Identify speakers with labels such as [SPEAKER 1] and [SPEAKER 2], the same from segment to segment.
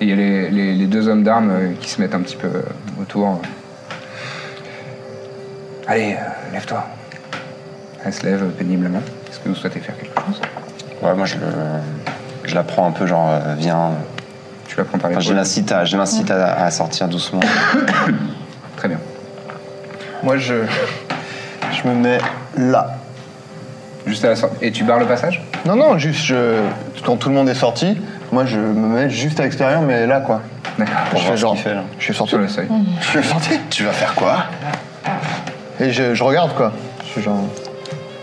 [SPEAKER 1] Et il y a les, les- les deux hommes d'armes euh, qui se mettent un petit peu euh, autour. Allez, euh, lève-toi. Elle se lève euh, péniblement. Est-ce que vous souhaitez faire quelque chose
[SPEAKER 2] Ouais, moi je, le, je la prends un peu, genre, euh, viens.
[SPEAKER 1] Tu la prends par
[SPEAKER 3] Ah,
[SPEAKER 2] Enfin, je
[SPEAKER 1] l'épaule.
[SPEAKER 2] l'incite à, je l'incite à, à sortir doucement.
[SPEAKER 1] Très bien.
[SPEAKER 3] Moi, je, je me mets là.
[SPEAKER 1] Juste à la sortie. Et tu barres le passage
[SPEAKER 3] Non, non, juste, je, quand tout le monde est sorti, moi, je me mets juste à l'extérieur, mais là, quoi.
[SPEAKER 1] D'accord.
[SPEAKER 3] Je
[SPEAKER 2] voir
[SPEAKER 3] fais
[SPEAKER 2] ce
[SPEAKER 3] genre,
[SPEAKER 2] qu'il fait, là.
[SPEAKER 3] je suis sorti.
[SPEAKER 1] Sur le seuil.
[SPEAKER 3] Je suis sorti.
[SPEAKER 2] Tu vas faire quoi
[SPEAKER 3] Et je, je regarde, quoi. Je suis genre...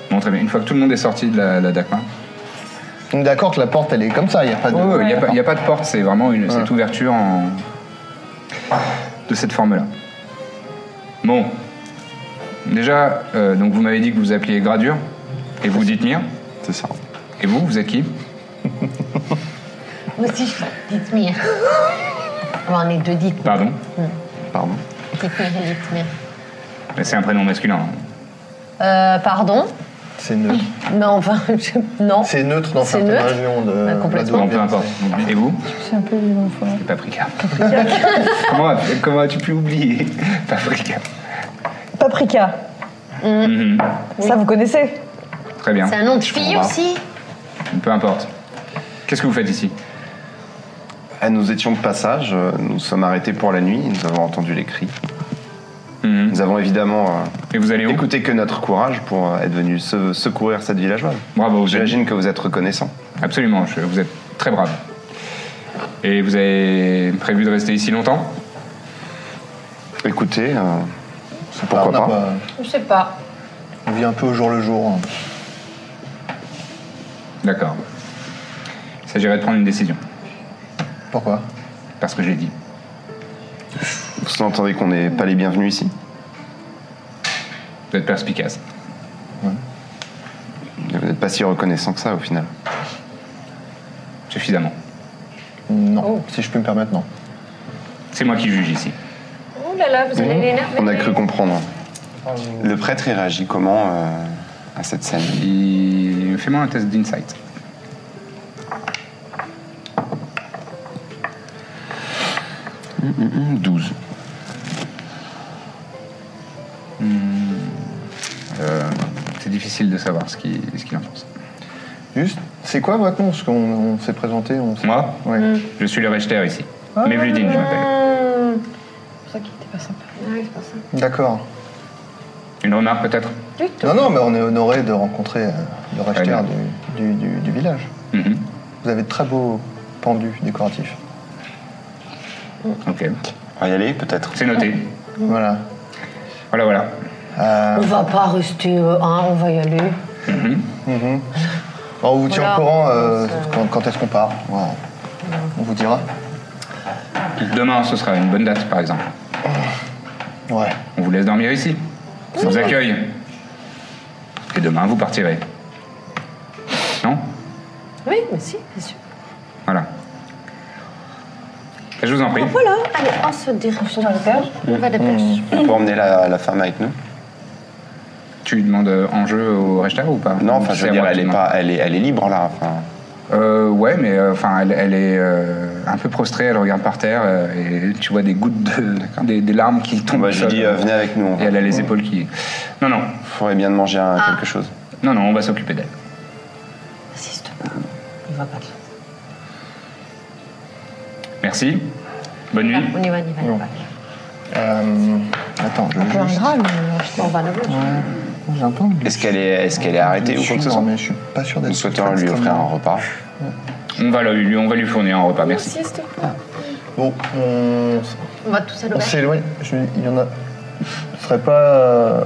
[SPEAKER 1] Bon, très bien. Une fois que tout le monde est sorti de la, la DACMA.
[SPEAKER 3] On est d'accord que la porte, elle est comme ça, il n'y a pas de...
[SPEAKER 1] Ouais, ouais, Oh, Il n'y a, pas- il y a pas de porte, c'est vraiment une, cette ouverture en... de cette forme-là. Bon. Déjà, euh, donc vous m'avez dit que vous vous appeliez Gradure et vous dites Mire.
[SPEAKER 2] C'est ça.
[SPEAKER 1] Et vous, vous êtes qui
[SPEAKER 4] Moi aussi, je suis Dithmir. Bon, on est deux Dithmir.
[SPEAKER 1] Pardon
[SPEAKER 2] Pardon.
[SPEAKER 4] Dithmir et Dithmir.
[SPEAKER 1] Mais C'est un prénom masculin. hein.
[SPEAKER 4] Euh, pardon
[SPEAKER 3] C'est neutre.
[SPEAKER 4] Non, enfin, je... non.
[SPEAKER 3] C'est neutre dans
[SPEAKER 4] C'est
[SPEAKER 3] certaines
[SPEAKER 4] neutre
[SPEAKER 3] régions de...
[SPEAKER 4] Bah, complètement.
[SPEAKER 1] Bon, peu importe. Et vous
[SPEAKER 5] C'est un peu vivant, quoi.
[SPEAKER 1] Et Paprika. comment comment as-tu pu oublier Paprika
[SPEAKER 5] Paprika.
[SPEAKER 2] Mhm.
[SPEAKER 5] Ça, vous connaissez
[SPEAKER 1] Très bien.
[SPEAKER 4] C'est un nom de fille aussi
[SPEAKER 1] Peu importe. Qu'est-ce que vous faites ici
[SPEAKER 2] Eh, nous étions de passage, euh, nous sommes arrêtés pour la nuit, nous avons entendu les cris.
[SPEAKER 1] Mhm.
[SPEAKER 2] Nous avons évidemment
[SPEAKER 1] Et vous allez
[SPEAKER 2] euh,
[SPEAKER 1] où
[SPEAKER 2] écouté que notre courage pour euh, être venus se- secourir cette villageoise.
[SPEAKER 1] Bravo. vous êtes-
[SPEAKER 2] J'imagine que vous êtes reconnaissant.
[SPEAKER 1] Absolument, je- vous êtes très brave. Et vous avez prévu de rester ici longtemps
[SPEAKER 2] Écoutez, euh,
[SPEAKER 3] Bah, On
[SPEAKER 2] pourquoi
[SPEAKER 3] n'a
[SPEAKER 2] pas,
[SPEAKER 3] pas-
[SPEAKER 4] Je sais pas.
[SPEAKER 3] On vit un peu au jour le jour. hein.
[SPEAKER 1] D'accord. Il s'agirait de prendre une décision,
[SPEAKER 3] Pourquoi
[SPEAKER 1] parce que j'ai dit.
[SPEAKER 2] Vous entendez qu'on n'est pas les bienvenus ici
[SPEAKER 1] Vous êtes perspicace.
[SPEAKER 2] Vous n'êtes pas si reconnaissant que ça au final.
[SPEAKER 1] Suffisamment.
[SPEAKER 3] Non, si je peux me permettre, non.
[SPEAKER 1] C'est moi qui juge ici.
[SPEAKER 4] Oh là là, vous allez l'énerver.
[SPEAKER 2] Mhm. On a cru comprendre. Le prêtre, il réagit comment euh, à cette scène
[SPEAKER 1] Il... Fais-moi un test d'insight.
[SPEAKER 2] Hum, 12.
[SPEAKER 1] Euh, c'est difficile de savoir ce qu'il ce qu'il en pense.
[SPEAKER 3] Juste, c'est quoi votre nom Parce qu'on on s'est présenté, on s'est...
[SPEAKER 1] Moi,
[SPEAKER 3] Ouais.
[SPEAKER 4] Hmm.
[SPEAKER 1] je suis le Rechter ici. Mevludin, je m'appelle.
[SPEAKER 3] Euh,
[SPEAKER 5] C'est ça qui était pas sympa.
[SPEAKER 3] D'accord.
[SPEAKER 1] Une remarque peut-être
[SPEAKER 3] Non, non, mais on est honoré de rencontrer euh, le
[SPEAKER 1] bien.
[SPEAKER 3] racheteur du, du- du- du village.
[SPEAKER 1] Mhm.
[SPEAKER 3] Vous avez de très beaux pendus décoratifs.
[SPEAKER 1] Ok.
[SPEAKER 2] On va y aller peut-être
[SPEAKER 1] C'est noté.
[SPEAKER 3] Voilà.
[SPEAKER 1] Voilà, voilà.
[SPEAKER 4] On va pas rester, euh, hein, on va y aller.
[SPEAKER 3] Bon, on vous tient
[SPEAKER 4] Voilà.
[SPEAKER 3] au courant euh,
[SPEAKER 4] Ça-
[SPEAKER 3] quand, quand est-ce qu'on part. Voilà. On vous dira.
[SPEAKER 1] Demain, ce sera une bonne date, par exemple.
[SPEAKER 3] Ouais.
[SPEAKER 1] On vous laisse dormir ici. On vous accueille. Et demain, vous partirez. Non
[SPEAKER 4] Oui, mais si, bien sûr.
[SPEAKER 1] Voilà. Je vous en prie.
[SPEAKER 4] Voilà, allez, on se dirige dans le berge. On va
[SPEAKER 3] Mm,
[SPEAKER 4] dépêche.
[SPEAKER 2] On peut emmener la, la femme avec nous
[SPEAKER 1] Tu demandes euh, en jeu au Rechter ou pas
[SPEAKER 2] Non, enfin je
[SPEAKER 1] C'est
[SPEAKER 2] veux
[SPEAKER 1] à
[SPEAKER 2] dire,
[SPEAKER 1] moi
[SPEAKER 2] elle
[SPEAKER 1] qui
[SPEAKER 2] est,
[SPEAKER 1] demande.
[SPEAKER 2] pas, elle, est, elle est libre là. Enfin,
[SPEAKER 1] Euh, ouais, mais euh, enfin, elle, elle est. euh, un peu prostrée, elle regarde par terre euh, et tu vois des gouttes de. Des, des larmes qui tombent.
[SPEAKER 2] Bah,
[SPEAKER 1] du
[SPEAKER 2] je lui
[SPEAKER 1] sol.
[SPEAKER 2] dis, euh, venez avec nous. on
[SPEAKER 1] Et elle a les épaules qui. Non, non,
[SPEAKER 2] faudrait bien de manger un- quelque chose.
[SPEAKER 1] non, non, on va s'occuper d'elle.
[SPEAKER 4] Insiste pas. Il va pas te
[SPEAKER 1] Merci. Bonne nuit.
[SPEAKER 4] On y va, on y va, on y va.
[SPEAKER 3] Euh, attends, je
[SPEAKER 5] C'est un
[SPEAKER 3] juste-
[SPEAKER 5] drame. euh,
[SPEAKER 4] On va nous
[SPEAKER 3] J'ai un peu envie.
[SPEAKER 2] Est-ce qu'elle est, est, qu'elle est arrêtée ou quoi que ce soit
[SPEAKER 3] mais je suis pas sûr d'être.
[SPEAKER 2] Nous souhaitons lui offrir hein. un repas.
[SPEAKER 1] On va lui, on va lui fournir un repas, merci.
[SPEAKER 3] Bon, on,
[SPEAKER 4] On va tous à
[SPEAKER 3] on
[SPEAKER 4] l'auberge.
[SPEAKER 3] s'éloigne. Je- Il y en a. ce serait pas. euh,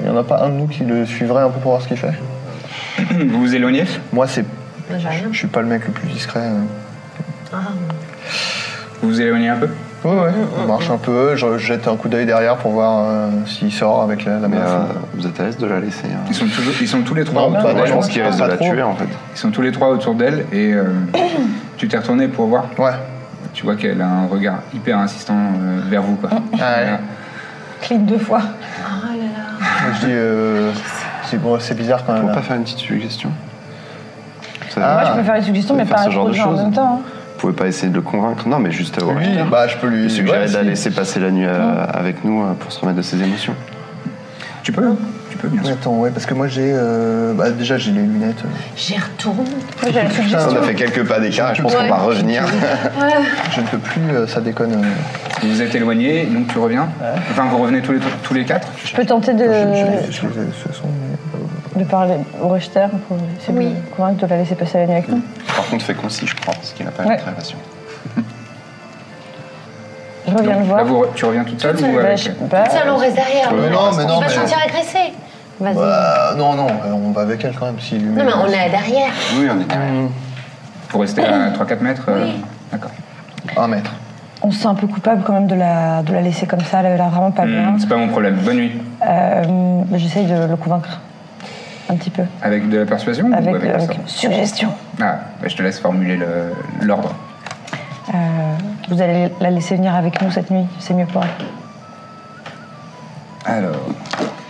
[SPEAKER 3] Il y en a pas un de nous qui le suivrait un peu pour voir ce qu'il fait
[SPEAKER 1] Vous vous éloignez
[SPEAKER 3] Moi, c'est.
[SPEAKER 4] Moi, j'ai rien.
[SPEAKER 3] Je suis pas le mec le plus discret. euh.
[SPEAKER 4] Ah,
[SPEAKER 1] Vous vous éloignez un peu
[SPEAKER 3] Ouais, ouais. On marche un peu, je je jette un coup d'œil derrière pour voir euh, s'il sort avec la, la
[SPEAKER 2] Mais
[SPEAKER 3] meuf.
[SPEAKER 2] euh, vous êtes à l'aise de la laisser hein
[SPEAKER 1] ils sont, toujours, ils sont tous les trois
[SPEAKER 3] Non,
[SPEAKER 1] autour
[SPEAKER 2] Moi,
[SPEAKER 3] pas
[SPEAKER 2] je
[SPEAKER 1] d'elle.
[SPEAKER 3] vraiment.
[SPEAKER 2] pense qu'il risque de
[SPEAKER 3] Pas
[SPEAKER 2] la
[SPEAKER 3] trop.
[SPEAKER 2] tuer, en fait.
[SPEAKER 1] Ils sont tous les trois autour d'elle et euh, tu t'es retourné pour voir.
[SPEAKER 3] Ouais.
[SPEAKER 1] Tu vois qu'elle a un regard hyper insistant euh, vers vous, quoi.
[SPEAKER 3] ouais.
[SPEAKER 5] Clique deux fois.
[SPEAKER 4] ah là là.
[SPEAKER 3] Je dis. euh, c'est bon, c'est bizarre quand même.
[SPEAKER 2] Pourquoi
[SPEAKER 3] là.
[SPEAKER 2] pas faire une petite suggestion Ça-
[SPEAKER 3] Ah.
[SPEAKER 5] Moi, je peux faire une suggestion,
[SPEAKER 2] Vous
[SPEAKER 5] mais
[SPEAKER 2] pouvez
[SPEAKER 5] pas
[SPEAKER 2] faire ce genre de
[SPEAKER 5] reproduire en
[SPEAKER 2] choses.
[SPEAKER 5] même temps. hein.
[SPEAKER 2] Vous pouvez pas essayer de le convaincre Non, mais juste avoir
[SPEAKER 3] Lui,
[SPEAKER 1] hein.
[SPEAKER 3] bah, je peux lui
[SPEAKER 2] lui suggérer
[SPEAKER 3] ouais,
[SPEAKER 2] de la
[SPEAKER 3] si.
[SPEAKER 2] laisser passer la nuit euh, avec nous euh, pour se remettre de ses émotions.
[SPEAKER 1] Tu peux, hein tu peux bien
[SPEAKER 3] Mais
[SPEAKER 1] sûr.
[SPEAKER 3] Attends, ouais, parce que moi j'ai. euh, bah, déjà, j'ai les lunettes. euh,
[SPEAKER 4] J'y retourne.
[SPEAKER 5] Moi, j'ai la
[SPEAKER 3] Ah,
[SPEAKER 2] On
[SPEAKER 3] ouais.
[SPEAKER 5] suggestion.
[SPEAKER 2] a fait quelques pas d'écart et je pense qu'on
[SPEAKER 4] Ouais.
[SPEAKER 2] va revenir.
[SPEAKER 3] Je ne peux plus, euh, ça déconne. euh.
[SPEAKER 1] Vous vous êtes éloigné, donc tu reviens. Enfin, vous revenez tous les, tous les quatre.
[SPEAKER 5] Je peux tenter de,
[SPEAKER 4] Euh,
[SPEAKER 3] Je- je- je les ai- ce sont mes-
[SPEAKER 5] de parler au rejeteur pour essayer de
[SPEAKER 4] Oui.
[SPEAKER 5] le convaincre de la laisser passer la nuit avec nous.
[SPEAKER 2] Par contre, fait concis, je crois, parce qu'il n'a pas
[SPEAKER 5] Ouais.
[SPEAKER 2] l'air très patient.
[SPEAKER 5] Je reviens
[SPEAKER 1] Donc,
[SPEAKER 5] le
[SPEAKER 1] là,
[SPEAKER 5] voir.
[SPEAKER 1] vous re- tu reviens toute seule
[SPEAKER 4] Toute
[SPEAKER 1] ou
[SPEAKER 4] seule,
[SPEAKER 5] Bah,
[SPEAKER 1] avec-
[SPEAKER 5] je sais pas.
[SPEAKER 4] Tiens, on reste derrière.
[SPEAKER 3] Mais Euh, non, mais non,
[SPEAKER 4] On va
[SPEAKER 3] mais-
[SPEAKER 4] se sentir agressé. Vas-y.
[SPEAKER 3] Bah, non, non, euh, on va avec elle quand même. S'il lui met
[SPEAKER 4] Non, mais on
[SPEAKER 3] le-
[SPEAKER 4] est derrière.
[SPEAKER 2] Oui, on est derrière.
[SPEAKER 3] Euh,
[SPEAKER 1] Vous restez à 3-4 mètres euh, D'accord.
[SPEAKER 3] Un mètre.
[SPEAKER 5] On se sent un peu coupable quand même de la, de la laisser comme ça. Elle avait l'air vraiment pas bien.
[SPEAKER 2] Mhm.
[SPEAKER 1] Hmm, C'est pas mon problème. Bonne nuit.
[SPEAKER 5] Euh, bah, J'essaye de le convaincre un petit peu.
[SPEAKER 1] Avec de la persuasion
[SPEAKER 5] Avec, euh,
[SPEAKER 1] ou avec, la
[SPEAKER 5] avec
[SPEAKER 1] sorte
[SPEAKER 5] suggestion.
[SPEAKER 1] Ah, bah, je te laisse formuler le- l'ordre.
[SPEAKER 5] Euh, vous allez la laisser venir avec nous cette nuit. C'est mieux pour elle.
[SPEAKER 1] Alors,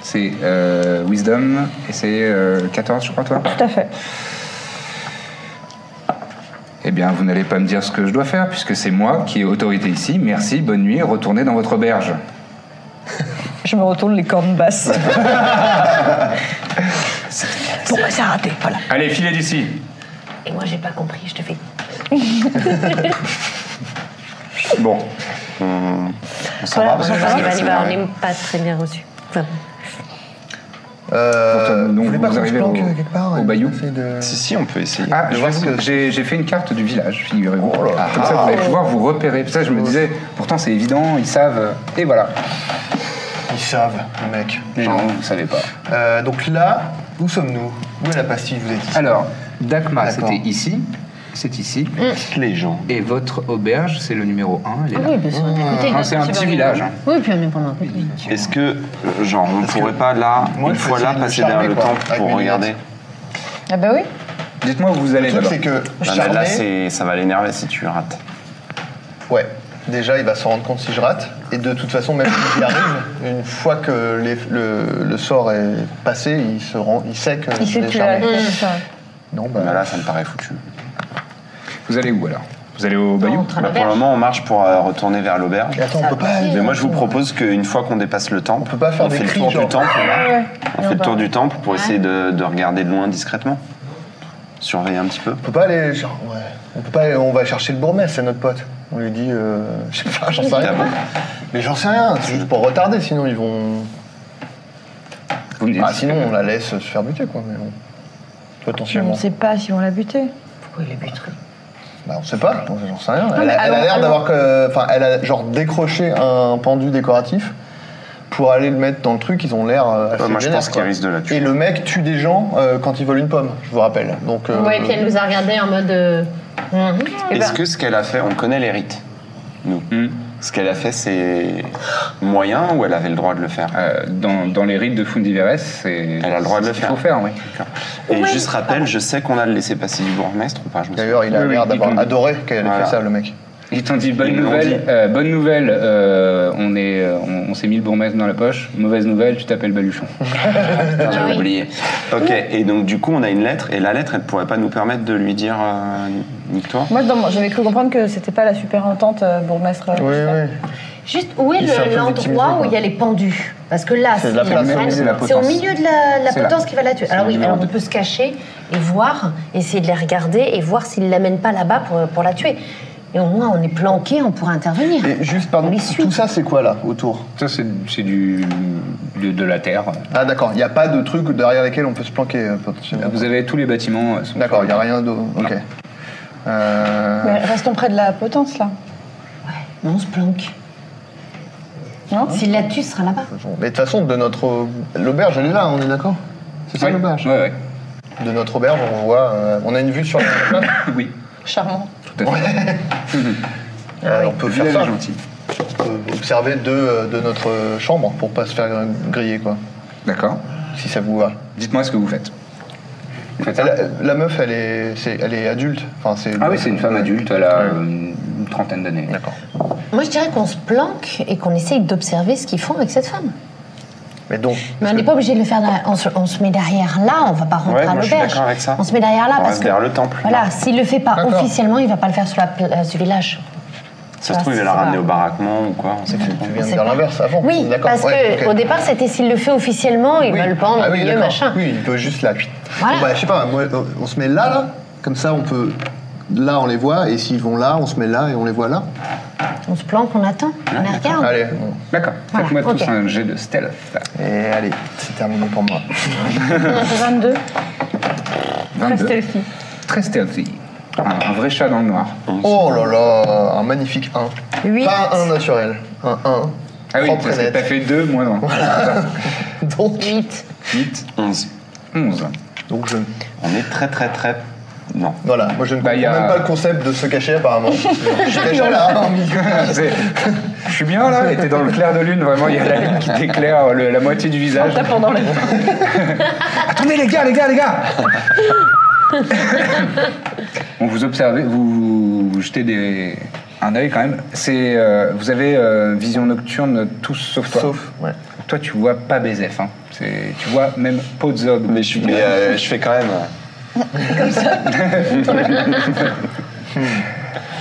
[SPEAKER 1] c'est euh, Wisdom et c'est euh, 14, je crois, toi
[SPEAKER 5] Tout à fait.
[SPEAKER 1] Eh bien, vous n'allez pas me dire ce que je dois faire, puisque c'est moi qui ai autorité ici. Merci, bonne nuit, retournez dans votre auberge.
[SPEAKER 5] Je me retourne les cornes basses. Pourquoi c'est raté Voilà.
[SPEAKER 1] Allez, filez d'ici.
[SPEAKER 4] Et moi, j'ai pas compris. Je te fais.
[SPEAKER 2] Bon. On, on s'en va parce
[SPEAKER 4] on
[SPEAKER 2] que je pense
[SPEAKER 4] va,
[SPEAKER 2] qu'il va
[SPEAKER 4] on va, on
[SPEAKER 2] s'énerver.
[SPEAKER 4] n'est pas très bien reçus. Enfin,
[SPEAKER 3] Euh,
[SPEAKER 1] Donc,
[SPEAKER 3] vous voulez pas
[SPEAKER 1] vous
[SPEAKER 3] qu'on se
[SPEAKER 1] arrivez
[SPEAKER 3] planque
[SPEAKER 1] au-
[SPEAKER 3] euh, quelque part
[SPEAKER 1] au
[SPEAKER 3] et
[SPEAKER 1] bayou
[SPEAKER 3] essayer de-
[SPEAKER 2] Si, si, on peut essayer.
[SPEAKER 1] Ah,
[SPEAKER 3] De
[SPEAKER 1] je
[SPEAKER 3] voir
[SPEAKER 1] vais
[SPEAKER 3] ce
[SPEAKER 1] vous-
[SPEAKER 3] que-
[SPEAKER 1] j'ai j'ai fait une carte du village, figurez-vous.
[SPEAKER 3] Oh là Oh. là.
[SPEAKER 1] Comme ça, vous allez pouvoir vous repérer. Ça, je me disais, pourtant, c'est évident, ils savent. euh, Et voilà.
[SPEAKER 3] Ils savent, le mec. les gens.
[SPEAKER 1] vous savez pas.
[SPEAKER 3] Euh, donc là, où sommes-nous Où est la pastille Vous êtes ici
[SPEAKER 1] Alors, Dakma,
[SPEAKER 3] D'accord.
[SPEAKER 1] c'était ici. C'est ici.
[SPEAKER 2] les gens.
[SPEAKER 1] Et votre auberge, c'est le numéro 1.
[SPEAKER 4] oui, bien sûr. on est à côté,
[SPEAKER 1] Ah, c'est un
[SPEAKER 4] super
[SPEAKER 1] petit
[SPEAKER 4] bien.
[SPEAKER 1] village, hein.
[SPEAKER 4] Oui, puis on est pendant un côté.
[SPEAKER 2] Est-ce que, euh, genre, on pourrait pas là,
[SPEAKER 3] moi,
[SPEAKER 2] une
[SPEAKER 3] je
[SPEAKER 2] fois
[SPEAKER 3] peux
[SPEAKER 2] là,
[SPEAKER 3] essayer de
[SPEAKER 2] passer
[SPEAKER 3] charmer,
[SPEAKER 2] derrière le
[SPEAKER 3] quoi,
[SPEAKER 2] temple
[SPEAKER 3] avec
[SPEAKER 2] pour
[SPEAKER 3] mes
[SPEAKER 2] regarder
[SPEAKER 3] lunettes.
[SPEAKER 5] Ah bah oui.
[SPEAKER 1] Dites-moi où vous allez
[SPEAKER 3] Le truc,
[SPEAKER 1] d'abord.
[SPEAKER 3] c'est que
[SPEAKER 2] Non, mais Bah, Là,
[SPEAKER 3] charmer-
[SPEAKER 2] c'est- ça va l'énerver si tu rates.
[SPEAKER 3] Ouais. Déjà, il va s'en rendre compte si je rate. Et de toute façon, même s'il y arrive, une fois que les- le, le sort est passé, il, se rend, il sait que
[SPEAKER 5] Il
[SPEAKER 3] je
[SPEAKER 5] sait
[SPEAKER 3] l'ai
[SPEAKER 5] que tu l'as
[SPEAKER 3] charmé.
[SPEAKER 5] fait, c'est ça.
[SPEAKER 3] Non, bah,
[SPEAKER 2] Mais là, ça me paraît foutu.
[SPEAKER 1] Vous allez où alors Vous allez au
[SPEAKER 4] On
[SPEAKER 1] Bayou
[SPEAKER 4] rentre à
[SPEAKER 2] Bah, pour
[SPEAKER 4] l'auberge.
[SPEAKER 2] le moment, on marche pour euh, retourner vers l'auberge.
[SPEAKER 3] Et attends, on peut pas.
[SPEAKER 2] Mais moi, je vous propose qu'une fois qu'on dépasse le temple, on,
[SPEAKER 3] peut pas faire des
[SPEAKER 2] fait le
[SPEAKER 3] cris,
[SPEAKER 2] tour
[SPEAKER 3] genre. Ah
[SPEAKER 2] du temple. On fait le
[SPEAKER 5] bah.
[SPEAKER 2] tour du temple pour essayer de, de regarder de loin discrètement. Surveiller un petit peu.
[SPEAKER 3] On peut pas aller. Genre, ouais. On peut pas. aller- on va chercher le bourgmestre, c'est notre pote. On lui dit. euh, je sais pas, j'en sais rien.
[SPEAKER 2] Ah bon
[SPEAKER 3] Mais j'en sais rien, c'est juste pour retarder, sinon ils vont.
[SPEAKER 1] Vous me dites.
[SPEAKER 3] Ah, sinon, on la laisse se faire buter, quoi. Mais bon.
[SPEAKER 5] On
[SPEAKER 3] Potentiellement.
[SPEAKER 5] ne sait pas si on l'a buté.
[SPEAKER 4] Pourquoi il est buté
[SPEAKER 3] Bah, on sait pas, on- j'en sais rien. Elle,
[SPEAKER 5] mais
[SPEAKER 3] a- elle
[SPEAKER 5] allons-
[SPEAKER 3] a l'air
[SPEAKER 5] allons.
[SPEAKER 3] d'avoir. que- Enfin, elle a genre décroché un pendu décoratif pour aller le mettre dans le truc. Ils ont l'air euh, assez
[SPEAKER 2] Ouais, Ah, moi, je
[SPEAKER 3] vénères,
[SPEAKER 2] pense
[SPEAKER 3] quoi.
[SPEAKER 2] qu'il risque de la tuer.
[SPEAKER 3] Et le mec tue des gens euh, quand ils volent une pomme, je vous rappelle. Donc, euh,
[SPEAKER 4] Ouais, puis elle nous a regardé en mode. euh, hum, hum.
[SPEAKER 2] Est-ce que ce qu'elle a fait, on connaît les rites, nous
[SPEAKER 1] Hmm.
[SPEAKER 2] Ce qu'elle a fait, c'est moyen ou elle avait le droit de le faire
[SPEAKER 1] Euh, dans, dans les rites de Fundiveres, c'est.
[SPEAKER 2] Elle a le droit de le
[SPEAKER 1] c'est ce qu'il
[SPEAKER 2] faire.
[SPEAKER 1] faut faire, oui.
[SPEAKER 2] Et juste rappel, je sais qu'on a le laissé passer du bourgmestre ou pas je me souviens.
[SPEAKER 3] D'ailleurs, il a
[SPEAKER 1] Oui,
[SPEAKER 3] l'air
[SPEAKER 1] oui, ils
[SPEAKER 3] d'avoir
[SPEAKER 1] l'ont-
[SPEAKER 3] adoré qu'elle ait
[SPEAKER 2] Voilà.
[SPEAKER 3] fait ça, le mec.
[SPEAKER 1] Ils t'ont dit bonne
[SPEAKER 2] Ils l'ont
[SPEAKER 1] nouvelle.
[SPEAKER 2] dit.
[SPEAKER 1] euh, bonne nouvelle. euh, on est, euh, on, on s'est mis le bourgmestre dans la poche. Mauvaise nouvelle, tu t'appelles Baluchon.
[SPEAKER 6] Putain,
[SPEAKER 4] Ah
[SPEAKER 6] j'avais oublié.
[SPEAKER 2] Ok, et donc du coup, on a une lettre, et la lettre, elle pourrait pas nous permettre de lui dire euh, nique-toi
[SPEAKER 5] Moi, dans mon- j'avais cru comprendre que c'était pas la super entente euh, bourgmestre. euh,
[SPEAKER 3] Oui,
[SPEAKER 5] je sais pas.
[SPEAKER 3] oui.
[SPEAKER 4] Juste, où est
[SPEAKER 3] Il s'est un peu
[SPEAKER 4] le-
[SPEAKER 3] victimisé,
[SPEAKER 4] l'endroit où
[SPEAKER 3] quoi.
[SPEAKER 4] il y a les pendus Parce que là,
[SPEAKER 3] C'est de la
[SPEAKER 4] s'il y a
[SPEAKER 3] place,
[SPEAKER 4] un fan,
[SPEAKER 3] oui, c'est
[SPEAKER 1] la
[SPEAKER 4] c'est au
[SPEAKER 1] potence.
[SPEAKER 4] milieu de la, la
[SPEAKER 1] C'est là.
[SPEAKER 4] potence qui va la tuer.
[SPEAKER 1] C'est
[SPEAKER 4] Alors
[SPEAKER 1] le
[SPEAKER 4] oui,
[SPEAKER 1] numéro
[SPEAKER 4] alors on
[SPEAKER 1] deux.
[SPEAKER 4] peut se cacher et voir, essayer de les regarder et voir s'ils l'amènent pas là-bas pour, pour la tuer. Et au moins, on est planqué, on pourra intervenir.
[SPEAKER 3] Et juste, pardon,
[SPEAKER 4] On les suit.
[SPEAKER 3] tout ça, c'est quoi là, autour
[SPEAKER 1] Ça, c'est c'est du, de, de la terre.
[SPEAKER 3] Ah, d'accord, il n'y a pas de truc derrière lesquels on peut se planquer euh, potentiellement.
[SPEAKER 1] Vous avez tous les bâtiments. euh, sont-
[SPEAKER 3] D'accord, il n'y a rien d'autre. Ok. Euh,
[SPEAKER 5] Mais restons près de la potence, là.
[SPEAKER 4] Mais on se planque.
[SPEAKER 5] Non
[SPEAKER 4] S'il la tue, ce sera là-bas.
[SPEAKER 3] Mais de toute façon, de notre. L'auberge, elle est là, on est d'accord C'est ça
[SPEAKER 1] Ouais.
[SPEAKER 3] l'auberge
[SPEAKER 1] Ouais, ouais.
[SPEAKER 3] De notre auberge, on voit. euh, on a une vue sur la place.
[SPEAKER 1] Ah Oui,
[SPEAKER 5] Charmant.
[SPEAKER 1] tout à fait.
[SPEAKER 3] Euh, on peut faire
[SPEAKER 2] Village
[SPEAKER 3] ça.
[SPEAKER 2] gentil.
[SPEAKER 3] On peut observer de, euh, de notre euh, chambre pour pas se faire euh, griller, quoi.
[SPEAKER 1] D'accord.
[SPEAKER 3] Si ça vous va.
[SPEAKER 1] Dites-moi ce que vous faites. Vous faites ça
[SPEAKER 3] La, la meuf, elle est, c'est- elle est adulte. Enfin, c'est.
[SPEAKER 1] Ah oui, c'est une femme adulte, elle a euh, une trentaine d'années.
[SPEAKER 3] D'accord.
[SPEAKER 4] Moi, je dirais qu'on se planque et qu'on essaye d'observer ce qu'ils font avec cette femme.
[SPEAKER 3] Mais donc.
[SPEAKER 4] Mais on n'est pas obligé de le faire. derrière- On se, on se met derrière là, on va pas rentrer
[SPEAKER 2] Ouais,
[SPEAKER 4] à
[SPEAKER 2] moi, je suis
[SPEAKER 4] l'auberge.
[SPEAKER 2] d'accord avec ça.
[SPEAKER 4] On se met derrière là
[SPEAKER 2] On
[SPEAKER 4] parce
[SPEAKER 2] reste
[SPEAKER 4] que.
[SPEAKER 2] derrière le temple, là.
[SPEAKER 4] Voilà, s'il le fait pas
[SPEAKER 3] D'accord.
[SPEAKER 4] officiellement, il va pas le faire sur la place du village.
[SPEAKER 2] Ça se trouve, il va la ramener au baraquement ou quoi, on sait pas.
[SPEAKER 3] Tu viens de
[SPEAKER 4] C'est
[SPEAKER 3] dire
[SPEAKER 4] pas-
[SPEAKER 3] l'inverse avant.
[SPEAKER 4] Oui,
[SPEAKER 3] D'accord,
[SPEAKER 4] parce
[SPEAKER 3] ouais,
[SPEAKER 4] que
[SPEAKER 3] ok.
[SPEAKER 4] au départ, c'était s'il le fait officiellement, il
[SPEAKER 3] Oui.
[SPEAKER 4] va le pendre
[SPEAKER 3] Ah
[SPEAKER 4] au
[SPEAKER 3] oui,
[SPEAKER 4] milieu,
[SPEAKER 3] d'accord.
[SPEAKER 4] machin.
[SPEAKER 3] Oui, il peut juste là. puis-
[SPEAKER 4] Voilà.
[SPEAKER 3] Bon, bah, je sais pas, moi, on- on se met là, là. Comme ça, on peut. Là, on les voit. Et s'ils vont là, on se met là et on les voit là.
[SPEAKER 4] On se planque, on attend, on les regarde.
[SPEAKER 3] Allez. on-
[SPEAKER 1] D'accord.
[SPEAKER 4] Voilà,
[SPEAKER 1] Faites-moi tous
[SPEAKER 4] ok.
[SPEAKER 1] un jet de stealth.
[SPEAKER 3] Et allez, c'est terminé pour moi.
[SPEAKER 5] 22.
[SPEAKER 1] 22.
[SPEAKER 5] Restez les filles.
[SPEAKER 1] Très stealthy. Un, un vrai chat dans le noir.
[SPEAKER 3] Oh là là, un magnifique 1.
[SPEAKER 5] Huit.
[SPEAKER 3] Pas un 1 naturel, un 1.
[SPEAKER 1] Ah oui,
[SPEAKER 3] propre
[SPEAKER 1] parce
[SPEAKER 3] et
[SPEAKER 1] que t'as
[SPEAKER 3] net.
[SPEAKER 1] fait 2, moi non.
[SPEAKER 3] Donc,
[SPEAKER 1] 8,
[SPEAKER 2] 11.
[SPEAKER 1] 11.
[SPEAKER 3] donc je...
[SPEAKER 2] On est très très très... Non.
[SPEAKER 3] Voilà, moi je ne
[SPEAKER 1] Bah,
[SPEAKER 3] comprends
[SPEAKER 1] y a-
[SPEAKER 3] même pas le concept de se cacher apparemment. je suis caché là, hein, au milieu.
[SPEAKER 1] Ah, Je suis bien là, et t'es dans le clair de lune, vraiment, il y a la lune qui t'éclaire le- la moitié du visage.
[SPEAKER 5] Tapons dans les.
[SPEAKER 1] Attendez les gars, les gars, les gars Bon, vous observez, vous, vous jetez des, un œil quand même. C'est, euh, vous avez euh, vision nocturne tous sauf toi.
[SPEAKER 3] Sauf, ouais.
[SPEAKER 1] Toi, tu vois pas Bézef. Hein. C'est- Tu vois même Pozog.
[SPEAKER 2] Mais je, mais, euh, je fais quand même... euh,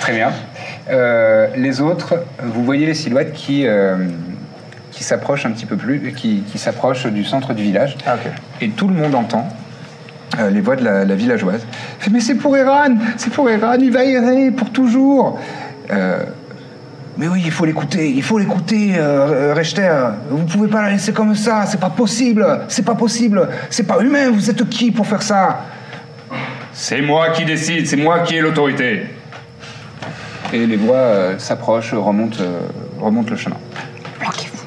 [SPEAKER 1] Très bien. Euh, les autres, vous voyez les silhouettes qui, euh, qui s'approchent un petit peu plus, qui, qui s'approchent du centre du village.
[SPEAKER 3] Ah, ok.
[SPEAKER 1] Et tout le monde entend euh, les voix de la, la villageoise. Fait, mais c'est pour Eran, c'est pour Eran, il va errer pour toujours. Euh, mais oui, il faut l'écouter, il faut l'écouter, euh, Rechter. Vous pouvez pas la laisser comme ça, c'est pas possible, c'est pas possible, c'est pas humain, vous êtes qui pour faire ça C'est moi qui décide, c'est moi qui ai l'autorité. Et les voix euh, s'approchent, remontent, euh, remontent le chemin.
[SPEAKER 4] Planquez-vous.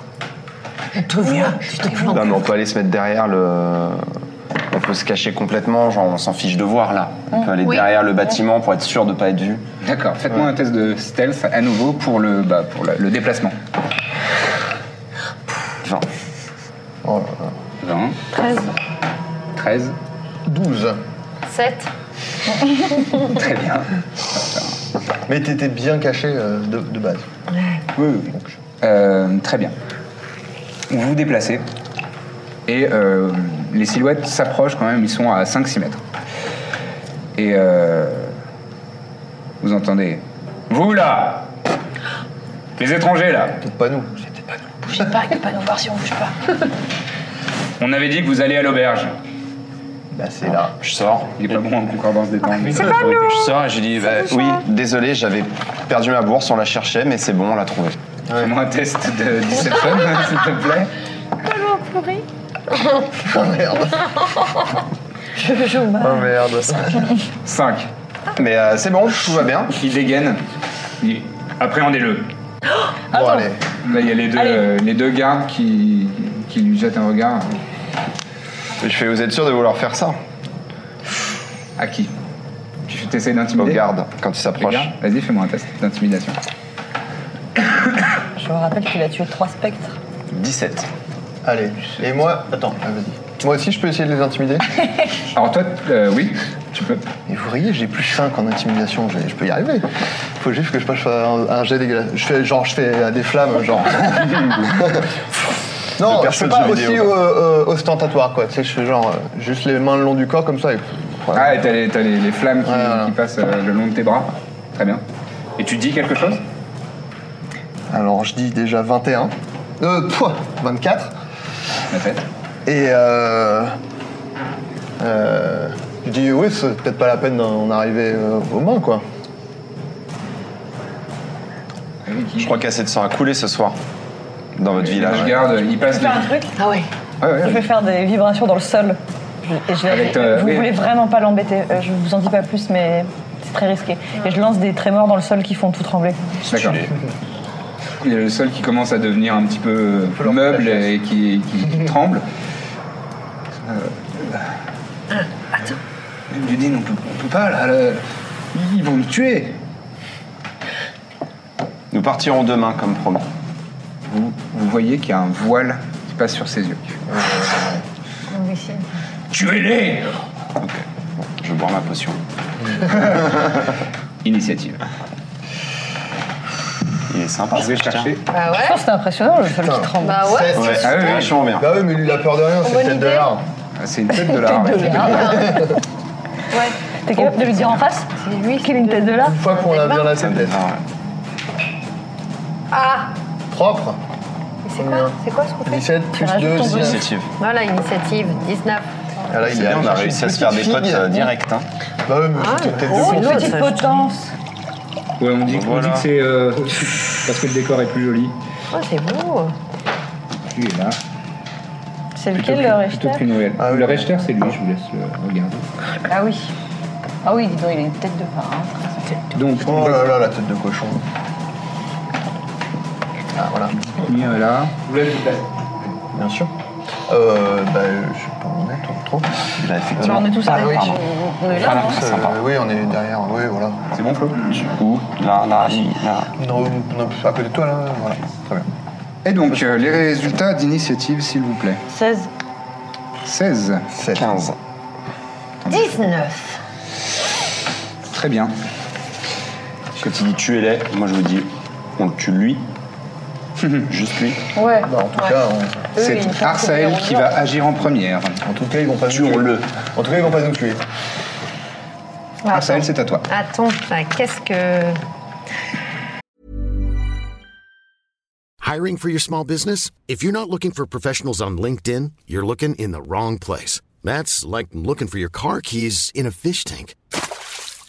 [SPEAKER 4] Je te vois, je te planque.
[SPEAKER 2] Non, mais on peut aller se mettre derrière le... On peut se cacher complètement, genre on s'en fiche de voir, là. On peut aller
[SPEAKER 4] Oui.
[SPEAKER 2] derrière le bâtiment pour être sûr de pas être vu.
[SPEAKER 1] D'accord, faites-moi un test de stealth à nouveau pour le, bah, pour la- le déplacement.
[SPEAKER 2] Genre,
[SPEAKER 1] 20,
[SPEAKER 5] 13.
[SPEAKER 1] 13,
[SPEAKER 3] 12.
[SPEAKER 4] 7.
[SPEAKER 1] très bien.
[SPEAKER 3] Mais t'étais bien caché euh, de, de base.
[SPEAKER 1] Euh, très bien. Vous vous déplacez et euh, les silhouettes s'approchent quand même, ils sont à 5-6 mètres. Et euh, vous entendez Vous là Les étrangers là
[SPEAKER 3] Peut-être pas nous.
[SPEAKER 5] Bougez pas, il peut pas nous voir si on bouge pas.
[SPEAKER 1] On avait dit que vous alliez à l'auberge.
[SPEAKER 3] Bah c'est là.
[SPEAKER 2] je sors.
[SPEAKER 1] Il est pas bon en concordance des temps. mais-
[SPEAKER 2] Je sors et je dis, bah, oui, désolé, j'avais perdu ma bourse, on la cherchait, mais c'est bon, on l'a trouvée.
[SPEAKER 1] Fais-moi un test de deception, s'il te plaît.
[SPEAKER 5] Je joue mal.
[SPEAKER 3] Oh merde.
[SPEAKER 1] 5.
[SPEAKER 2] Mais euh, c'est bon, tout va bien.
[SPEAKER 1] Il dégaine. Il- Appréhendez-le.
[SPEAKER 3] Bon allez.
[SPEAKER 1] Là, il y a les deux,
[SPEAKER 5] Allez.
[SPEAKER 1] euh, les deux gardes qui, qui lui jettent un regard.
[SPEAKER 2] Je fais, vous êtes sûr de vouloir faire ça
[SPEAKER 1] À qui Tu t'essayes
[SPEAKER 2] Au
[SPEAKER 1] d'intimider
[SPEAKER 2] garde, quand il
[SPEAKER 1] Les
[SPEAKER 2] s'approche.
[SPEAKER 1] gardes Vas-y, fais-moi un test d'intimidation.
[SPEAKER 5] Je me rappelle qu'il a tué trois spectres.
[SPEAKER 2] 17.
[SPEAKER 3] Allez. Et moi. Attends, ah, vas-y. Moi aussi, je peux essayer de les intimider.
[SPEAKER 1] Alors toi, euh, oui, tu peux.
[SPEAKER 3] Et vous riez, j'ai plus 5 en intimidation, je, vais- je peux y arriver. Faut juste que je passe un, un jet dégueulasse. Je fais genre, je fais euh, des flammes, genre. non, je
[SPEAKER 2] perso
[SPEAKER 3] fais
[SPEAKER 2] de
[SPEAKER 3] pas
[SPEAKER 2] jeu
[SPEAKER 3] aussi
[SPEAKER 2] vidéo,
[SPEAKER 3] euh, euh, ostentatoire, quoi. Tu sais, je fais genre, euh, juste les mains le long du corps, comme ça. Et... voilà.
[SPEAKER 1] Ah, et t'as les, t'as les- les flammes qui,
[SPEAKER 3] Ouais, voilà.
[SPEAKER 1] qui passent euh, le long de tes bras. Très bien. Et tu dis quelque chose
[SPEAKER 3] Alors, je dis déjà 21. Euh, pouah, 24.
[SPEAKER 1] La tête.
[SPEAKER 3] Et euh, euh, je dis oui, c'est peut-être pas la peine d'en arriver euh, aux mains, quoi.
[SPEAKER 2] Je crois qu'à 700 a coulé ce soir dans votre village.
[SPEAKER 1] Ah Je garde, il passe.
[SPEAKER 5] Je vais faire un truc,
[SPEAKER 4] Ah ouais.
[SPEAKER 1] Ouais, ouais,
[SPEAKER 5] je vais faire des vibrations dans le sol. Je- et je vais-
[SPEAKER 1] Avec, euh,
[SPEAKER 5] vous
[SPEAKER 1] oui.
[SPEAKER 5] voulez vraiment pas l'embêter, euh, je vous en dis pas plus, mais c'est très risqué. Et je lance des trémors dans le sol qui font tout trembler.
[SPEAKER 1] D'accord. Il y a le sol qui commence à devenir un petit peu euh, meuble et qui, qui tremble. Attends. Ludine, Euh, on peut, on peut pas là. là. Ils vont nous tuer.
[SPEAKER 2] Nous partirons demain, comme promis.
[SPEAKER 1] Vous, vous voyez qu'il y a un voile qui passe sur ses yeux. Tuez-les
[SPEAKER 2] Ok. Bon, je bois ma potion.
[SPEAKER 1] Initiative.
[SPEAKER 2] Il est sympa.
[SPEAKER 1] Je vais chercher.
[SPEAKER 4] Bah
[SPEAKER 5] Je
[SPEAKER 4] ouais.
[SPEAKER 5] pense que c'est impressionnant le sol qui tremble.
[SPEAKER 4] Bah ouais.
[SPEAKER 2] Ouais,
[SPEAKER 1] Ah oui,
[SPEAKER 2] c'est
[SPEAKER 1] oui.
[SPEAKER 2] vachement bien.
[SPEAKER 3] Bah oui, mais lui, il a peur de rien, c'est peut-être de l'art.
[SPEAKER 1] Ah, C'est une tête de l'art.
[SPEAKER 5] T'es capable de lui dire en face C'est lui qui a une tête de là
[SPEAKER 3] Une fois qu'on l'a bien la tête, d'être
[SPEAKER 2] Ah,
[SPEAKER 4] Ah
[SPEAKER 3] propre.
[SPEAKER 4] C'est quoi C'est quoi ce qu'on fait
[SPEAKER 3] 17 plus
[SPEAKER 5] rajoutes
[SPEAKER 3] 2,
[SPEAKER 5] ton bonus.
[SPEAKER 3] 19.
[SPEAKER 2] Initiative.
[SPEAKER 4] Voilà, initiative 19.
[SPEAKER 3] Ah là,
[SPEAKER 2] C'est
[SPEAKER 3] il a
[SPEAKER 2] bien, on a
[SPEAKER 3] cherché
[SPEAKER 2] réussi
[SPEAKER 3] une
[SPEAKER 2] à se faire des
[SPEAKER 3] petite
[SPEAKER 2] potes
[SPEAKER 3] fille.
[SPEAKER 2] euh, direct. hein.
[SPEAKER 3] Bah oui, mais
[SPEAKER 4] Ah,
[SPEAKER 3] c'est peut-être
[SPEAKER 4] oh,
[SPEAKER 3] de
[SPEAKER 5] Oh,
[SPEAKER 3] con.
[SPEAKER 5] une
[SPEAKER 4] l'autre,
[SPEAKER 5] petite
[SPEAKER 4] ça, je
[SPEAKER 5] potence
[SPEAKER 1] Ouais, on dit, on
[SPEAKER 2] Voilà.
[SPEAKER 1] dit que c'est euh, parce que le décor est plus joli.
[SPEAKER 4] Oh, c'est beau.
[SPEAKER 1] Lui est là.
[SPEAKER 5] C'est
[SPEAKER 1] Plutôt
[SPEAKER 5] lequel
[SPEAKER 1] que-
[SPEAKER 5] le
[SPEAKER 1] Plutôt
[SPEAKER 5] Richter
[SPEAKER 1] que Noël.
[SPEAKER 3] Ah oui.
[SPEAKER 1] le Rechter, c'est lui, je vous laisse le regarder.
[SPEAKER 5] Ah oui. Ah oui, dis donc, il a une tête de phare. hein.
[SPEAKER 1] Donc, on
[SPEAKER 3] Oh
[SPEAKER 1] va
[SPEAKER 3] là là, la tête de cochon. Ah voilà,
[SPEAKER 1] venir là.
[SPEAKER 3] bien sûr. Euh, bah, je sais pas où on est, toi, trop.
[SPEAKER 2] Bah,
[SPEAKER 5] Bah,
[SPEAKER 2] effectivement.
[SPEAKER 5] on est tous à
[SPEAKER 2] Pardon.
[SPEAKER 5] On est là.
[SPEAKER 2] Voilà,
[SPEAKER 5] hein.
[SPEAKER 2] c'est
[SPEAKER 3] Euh,
[SPEAKER 2] Ah, sympa.
[SPEAKER 3] oui, on est derrière, oui, voilà.
[SPEAKER 1] C'est bon, Flo
[SPEAKER 2] Où Là, là, ici, là.
[SPEAKER 3] Non, non, à côté de toi, là, voilà. Très bien.
[SPEAKER 1] Et donc, euh, les résultats d'initiative, s'il vous plaît.
[SPEAKER 5] 16.
[SPEAKER 1] 16.
[SPEAKER 3] 7.
[SPEAKER 2] 15.
[SPEAKER 4] 19.
[SPEAKER 1] Très bien.
[SPEAKER 2] Quand il dit tuez-les, moi je vous dis, on le tue lui. Juste lui.
[SPEAKER 5] Ouais.
[SPEAKER 3] Bah, en tout cas, on-
[SPEAKER 5] Eux, ils
[SPEAKER 1] C'est
[SPEAKER 5] font
[SPEAKER 1] Arsael
[SPEAKER 5] couper
[SPEAKER 1] qui
[SPEAKER 5] leur
[SPEAKER 1] va agir en première.
[SPEAKER 3] en tout cas, ils vont pas nous tuer.
[SPEAKER 2] Tuons-le.
[SPEAKER 3] En tout cas, ils vont pas nous tuer.
[SPEAKER 1] Arsael, c'est à toi.
[SPEAKER 4] Attends, bah, qu'est-ce que.
[SPEAKER 7] Hiring for your small business? If you're not looking for professionals on LinkedIn, you're looking in the wrong place. That's like looking for your car keys in a fish tank.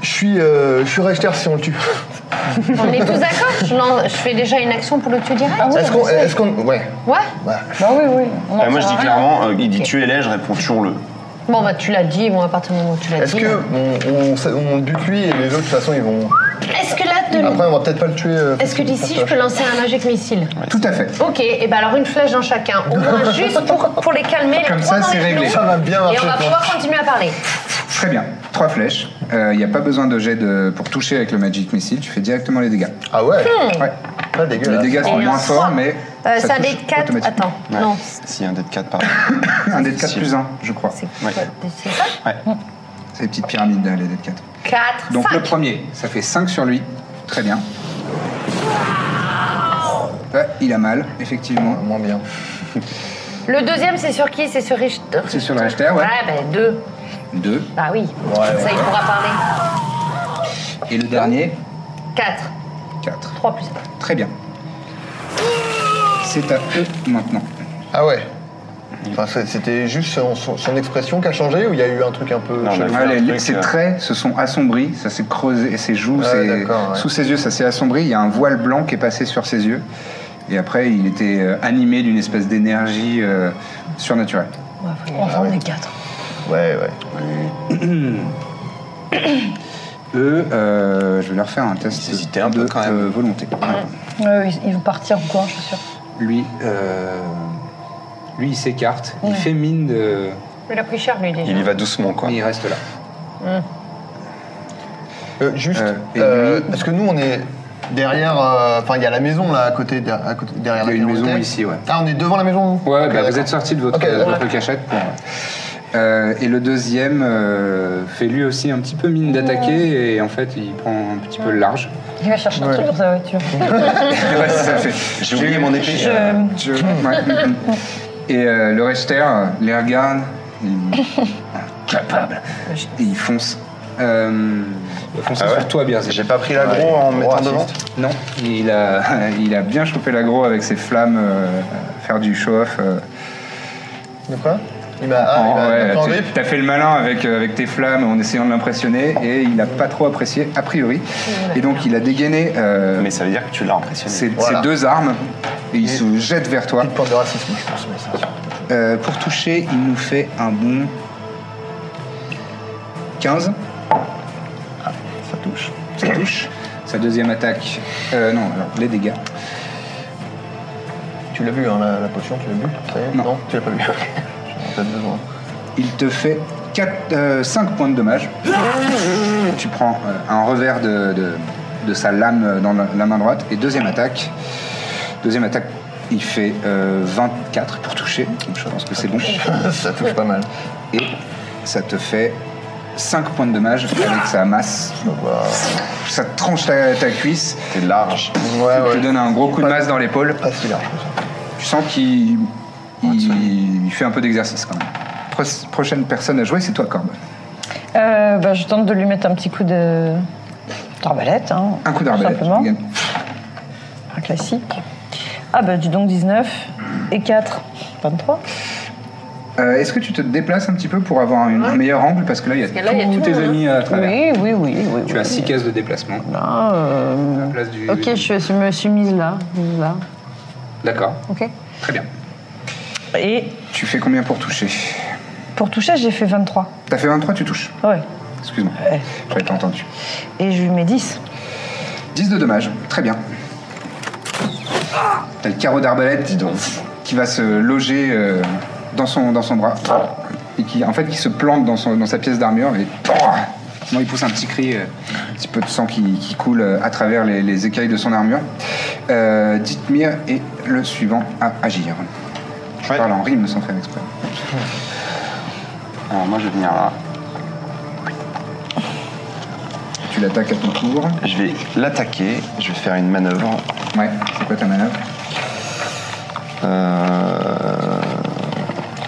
[SPEAKER 3] je suis, euh, je suis Rechter si on le tue.
[SPEAKER 4] On est tous d'accord je, lance- je fais déjà une action pour le tuer direct.
[SPEAKER 3] est-ce qu'on, est-ce qu'on, ouais.
[SPEAKER 2] euh,
[SPEAKER 4] Ouais
[SPEAKER 3] Bah,
[SPEAKER 5] Bah oui, oui. On en
[SPEAKER 2] Ah, moi je
[SPEAKER 5] sert
[SPEAKER 2] dis
[SPEAKER 5] à rien.
[SPEAKER 2] clairement, euh, il dit
[SPEAKER 4] Ok.
[SPEAKER 2] tuez-les, je réponds tuons-le.
[SPEAKER 4] Bon, bah, tu l'as dit, bon, à partir du moment où tu l'as
[SPEAKER 3] est-ce
[SPEAKER 4] dit.
[SPEAKER 3] que on, on, sait- on bute lui et les autres de toute façon ils vont.
[SPEAKER 4] Est-ce que là, de-
[SPEAKER 3] Après, on va peut-être pas le tuer. euh,
[SPEAKER 4] Est-ce que d'ici, je peux lancer un jet de missile
[SPEAKER 1] Tout à fait.
[SPEAKER 4] Ok, et ben alors une flèche dans chacun, au moins juste pour, pour les calmer. les
[SPEAKER 1] Comme
[SPEAKER 4] trois
[SPEAKER 1] ça,
[SPEAKER 4] dans
[SPEAKER 1] c'est
[SPEAKER 4] les
[SPEAKER 1] réglé.
[SPEAKER 4] genoux.
[SPEAKER 3] Ça va bien
[SPEAKER 4] Et on
[SPEAKER 3] marcher,
[SPEAKER 4] va
[SPEAKER 3] toi.
[SPEAKER 4] pouvoir continuer à parler.
[SPEAKER 1] Très bien. Trois flèches. Euh, Il n'y a pas besoin de jet de... pour toucher avec le Magic Missile. Tu fais directement les dégâts.
[SPEAKER 3] Ah Euh, ouais.
[SPEAKER 1] Ouais.
[SPEAKER 3] Pas
[SPEAKER 1] Les
[SPEAKER 3] dégueulasse.
[SPEAKER 1] dégâts sont
[SPEAKER 4] Et un
[SPEAKER 1] moins
[SPEAKER 4] trois.
[SPEAKER 1] forts, mais.
[SPEAKER 4] Hmm.
[SPEAKER 1] ça
[SPEAKER 4] Euh, c'est un
[SPEAKER 1] touche
[SPEAKER 4] dé de 4.
[SPEAKER 1] automatiquement.
[SPEAKER 4] Attends, non.
[SPEAKER 2] Si, un dé de 4 par
[SPEAKER 1] Un dé de 4
[SPEAKER 2] Si.
[SPEAKER 1] plus 1, je crois.
[SPEAKER 4] C'est
[SPEAKER 2] Ouais.
[SPEAKER 4] c'est ça
[SPEAKER 1] C'est les petites pyramides, là, les dés de 4.
[SPEAKER 4] 4,
[SPEAKER 1] Donc
[SPEAKER 4] 5.
[SPEAKER 1] le premier, ça fait 5 sur lui. Très bien. Ouais, il a mal, effectivement.
[SPEAKER 3] Moins bien.
[SPEAKER 4] Le, deuxième, c'est sur qui C'est sur Richter
[SPEAKER 1] C'est sur le Richter, ouais.
[SPEAKER 4] Ouais, ben 2.
[SPEAKER 1] 2.
[SPEAKER 4] Bah oui, ça, il pourra parler.
[SPEAKER 1] Et le dernier,
[SPEAKER 4] 4,
[SPEAKER 1] 4.
[SPEAKER 4] 3 plus
[SPEAKER 1] Très bien. C'est à eux maintenant.
[SPEAKER 3] Ah ouais. Enfin, c'est- c'était juste son, son- son expression qui a changé ou il y a eu un truc un peu.
[SPEAKER 2] Non,
[SPEAKER 3] chelou
[SPEAKER 2] mais-
[SPEAKER 1] Ouais, les-
[SPEAKER 2] un truc,
[SPEAKER 1] ses
[SPEAKER 2] euh,
[SPEAKER 1] traits se sont assombris, ça s'est creusé, et ses joues,
[SPEAKER 3] Ouais,
[SPEAKER 1] c'est-
[SPEAKER 3] d'accord, ouais.
[SPEAKER 1] sous ses yeux, ça s'est assombri. Il y a un voile blanc qui est passé sur ses yeux. Et après, il était euh, animé d'une espèce d'énergie euh, surnaturelle.
[SPEAKER 4] Enfin, on est 4.
[SPEAKER 3] Ouais, ouais.
[SPEAKER 1] Eux, euh, je vais leur faire un test
[SPEAKER 6] Ils hésitaient un peu
[SPEAKER 1] de
[SPEAKER 6] quand même.
[SPEAKER 1] euh, volonté.
[SPEAKER 5] Ouais, ils- ils vont partir en courant, je suis sûre.
[SPEAKER 1] Lui, euh, lui, il s'écarte, il fait mine de...
[SPEAKER 4] Il a pris cher, lui, déjà.
[SPEAKER 6] Il y va doucement, quoi.
[SPEAKER 1] Mais il reste là.
[SPEAKER 3] Euh, juste,
[SPEAKER 1] Euh, et
[SPEAKER 3] euh,
[SPEAKER 1] lui-
[SPEAKER 3] parce que nous, on est derrière. euh, Enfin, il y a la maison là à côté, de- à côté- derrière
[SPEAKER 1] Il y a
[SPEAKER 3] laquelle
[SPEAKER 1] une
[SPEAKER 3] on
[SPEAKER 1] maison
[SPEAKER 3] était.
[SPEAKER 1] ici, ouais.
[SPEAKER 3] Ah, on est devant la maison nous
[SPEAKER 1] Ouais,
[SPEAKER 3] Ok,
[SPEAKER 1] bah, vous
[SPEAKER 3] d'accord.
[SPEAKER 1] êtes sorti de votre,
[SPEAKER 3] Ok,
[SPEAKER 1] de
[SPEAKER 3] d'accord.
[SPEAKER 1] votre cachette. pour- Euh, et le deuxième euh, fait lui aussi un petit peu mine d'attaquer et en fait il prend un petit peu le large.
[SPEAKER 5] Il va chercher un truc dans sa voiture.
[SPEAKER 1] Ouais, c'est ça, fait.
[SPEAKER 6] J'ai oublié mon épée.
[SPEAKER 5] Je-
[SPEAKER 1] Je- ouais, mm, mm. Et euh, le rester euh, les regarde, il- incapable, et il fonce. Euh, il fonce
[SPEAKER 2] Ah ouais
[SPEAKER 1] sur toi, Birzé.
[SPEAKER 2] J'ai pas pris l'agro en me mettant devant
[SPEAKER 1] Non, il a, il a bien chopé l'agro avec ses flammes, euh, faire du show-off. euh.
[SPEAKER 3] De quoi Il m'a ah, il
[SPEAKER 1] En-
[SPEAKER 3] m'a- il m'a
[SPEAKER 1] Oh, ouais,
[SPEAKER 3] pris en
[SPEAKER 1] tu-
[SPEAKER 3] grippe.
[SPEAKER 1] T'as fait le malin avec, euh, avec tes flammes en essayant de l'impressionner et il n'a pas trop apprécié, a priori. Et donc il a dégainé euh,
[SPEAKER 6] Mais ça veut dire que tu l'as impressionné.
[SPEAKER 1] ses, ses
[SPEAKER 3] Voilà.
[SPEAKER 1] deux armes et il se jette vers toi.
[SPEAKER 3] Une porte de racisme, je pense, mais ça.
[SPEAKER 1] Euh, pour toucher, il nous fait un bon 15.
[SPEAKER 3] Ah, Ça touche.
[SPEAKER 1] Ça touche. Sa deuxième attaque. euh, non, alors les dégâts.
[SPEAKER 3] Tu l'as vu, hein, la, la potion, tu l'as bu Ça y est
[SPEAKER 1] Non.
[SPEAKER 3] tu l'as pas vu. J'en ai peut-être besoin.
[SPEAKER 1] Il te fait 5 points de dommage. tu prends euh, un revers de, de- de sa lame euh, dans la, la main droite. Et deuxième attaque. Deuxième attaque, il fait euh, 24 pour toucher. Donc je pense que c'est bon.
[SPEAKER 3] ça touche pas mal.
[SPEAKER 1] Et ça te fait 5 points de dommage avec sa masse. Ça te tranche ta, ta cuisse.
[SPEAKER 2] T'es large.
[SPEAKER 3] Ouais,
[SPEAKER 1] Tu lui
[SPEAKER 3] ouais.
[SPEAKER 1] donnes un gros coup de masse dans l'épaule.
[SPEAKER 3] Pas si large que ça.
[SPEAKER 1] Tu sens qu'il il- il fait un peu d'exercice quand même. Pro- prochaine personne à jouer, c'est toi, Corbe.
[SPEAKER 5] Euh, bah, je tente de lui mettre un petit coup de. d'arbalète, hein.
[SPEAKER 1] Un coup
[SPEAKER 5] tout
[SPEAKER 1] d'arbalète.
[SPEAKER 5] Simplement,
[SPEAKER 1] tu gagnes.
[SPEAKER 5] un classique. Ah, bah, dis donc 19 et 4, 23.
[SPEAKER 1] Euh, Est-ce que tu te déplaces un petit peu pour avoir une- un meilleur angle Parce que là, il y a
[SPEAKER 4] que là, il y a
[SPEAKER 1] tous
[SPEAKER 4] tout,
[SPEAKER 1] tes
[SPEAKER 4] hein.
[SPEAKER 1] amis euh, à travers.
[SPEAKER 5] Oui, oui, oui, oui.
[SPEAKER 1] Ah, Tu as 6 cases de déplacement.
[SPEAKER 5] Ah, euh,
[SPEAKER 1] La place du-
[SPEAKER 5] Ok, je, je me suis mise là. là.
[SPEAKER 1] D'accord,
[SPEAKER 5] Ok.
[SPEAKER 1] très bien.
[SPEAKER 5] Et
[SPEAKER 1] Tu fais combien pour toucher
[SPEAKER 5] pour toucher, j'ai fait 23.
[SPEAKER 1] T'as fait 23, tu touches.
[SPEAKER 5] Ouais.
[SPEAKER 1] Excuse-moi, j'avais pas entendu.
[SPEAKER 5] Et je lui mets 10.
[SPEAKER 1] 10 de dommage, très bien. T'as le carreau d'arbalète, dis donc, qui va se loger euh, dans, son, dans son bras. Et qui, en fait, qui se plante dans, son, dans sa pièce d'armure. Et effectivement, il pousse un petit cri, euh, un petit peu de sang qui, qui coule euh, à travers les, les écailles de son armure. Euh, Dithmir est le suivant à agir. Je
[SPEAKER 6] Ouais.
[SPEAKER 1] parle en rime sans faire exprès.
[SPEAKER 6] Alors moi, je vais venir là.
[SPEAKER 1] Tu l'attaques à ton tour.
[SPEAKER 2] Je vais l'attaquer, je vais faire une manœuvre.
[SPEAKER 1] Ouais, c'est quoi ta manœuvre
[SPEAKER 2] Euh,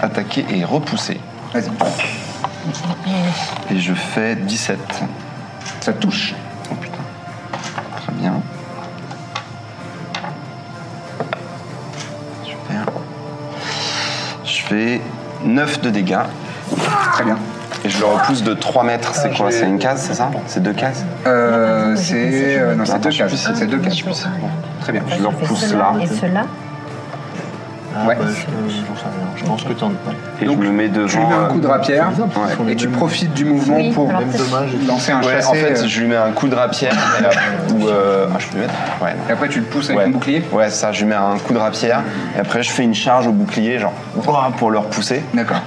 [SPEAKER 2] Attaquer et repousser.
[SPEAKER 1] Vas-y.
[SPEAKER 2] Et je fais 17.
[SPEAKER 1] Ça touche.
[SPEAKER 2] Oh putain. Très bien. Super. Je fais 9 de dégâts.
[SPEAKER 1] Très bien.
[SPEAKER 2] Et je le repousse de 3 mètres.
[SPEAKER 1] Ah,
[SPEAKER 2] C'est quoi C'est une case, c'est ça C'est deux cases
[SPEAKER 1] Euh, c'est euh, non, c'est deux
[SPEAKER 2] Attends, je
[SPEAKER 1] cases.
[SPEAKER 2] suis plus-
[SPEAKER 1] C'est deux cases.
[SPEAKER 2] je suis plus-
[SPEAKER 1] Très bien.
[SPEAKER 4] Ça
[SPEAKER 2] le
[SPEAKER 4] fait
[SPEAKER 2] repousse
[SPEAKER 4] cela
[SPEAKER 2] là.
[SPEAKER 4] Et cela
[SPEAKER 3] Ah,
[SPEAKER 1] Ouais.
[SPEAKER 3] bah, je, j'en sais rien. Je pense que t'en as pas.
[SPEAKER 2] Et
[SPEAKER 1] Donc,
[SPEAKER 2] je me mets devant. euh,
[SPEAKER 1] Tu lui mets un coup de rapière
[SPEAKER 2] Ouais.
[SPEAKER 1] et tu profites du mouvement
[SPEAKER 4] Oui,
[SPEAKER 1] pour
[SPEAKER 4] alors
[SPEAKER 3] Même dommage.
[SPEAKER 1] lancer un
[SPEAKER 2] Ouais,
[SPEAKER 1] chassé.
[SPEAKER 2] en fait,
[SPEAKER 1] euh,
[SPEAKER 2] je lui mets un coup de rapière. et là, ou, euh, ah, je peux le mettre Ouais.
[SPEAKER 1] Et après, tu le pousses avec
[SPEAKER 2] ouais.
[SPEAKER 1] ton bouclier.
[SPEAKER 2] Ouais, ça, je lui mets un coup de rapière. Et après, je fais une charge au bouclier, genre, ouah, pour le repousser.
[SPEAKER 1] D'accord.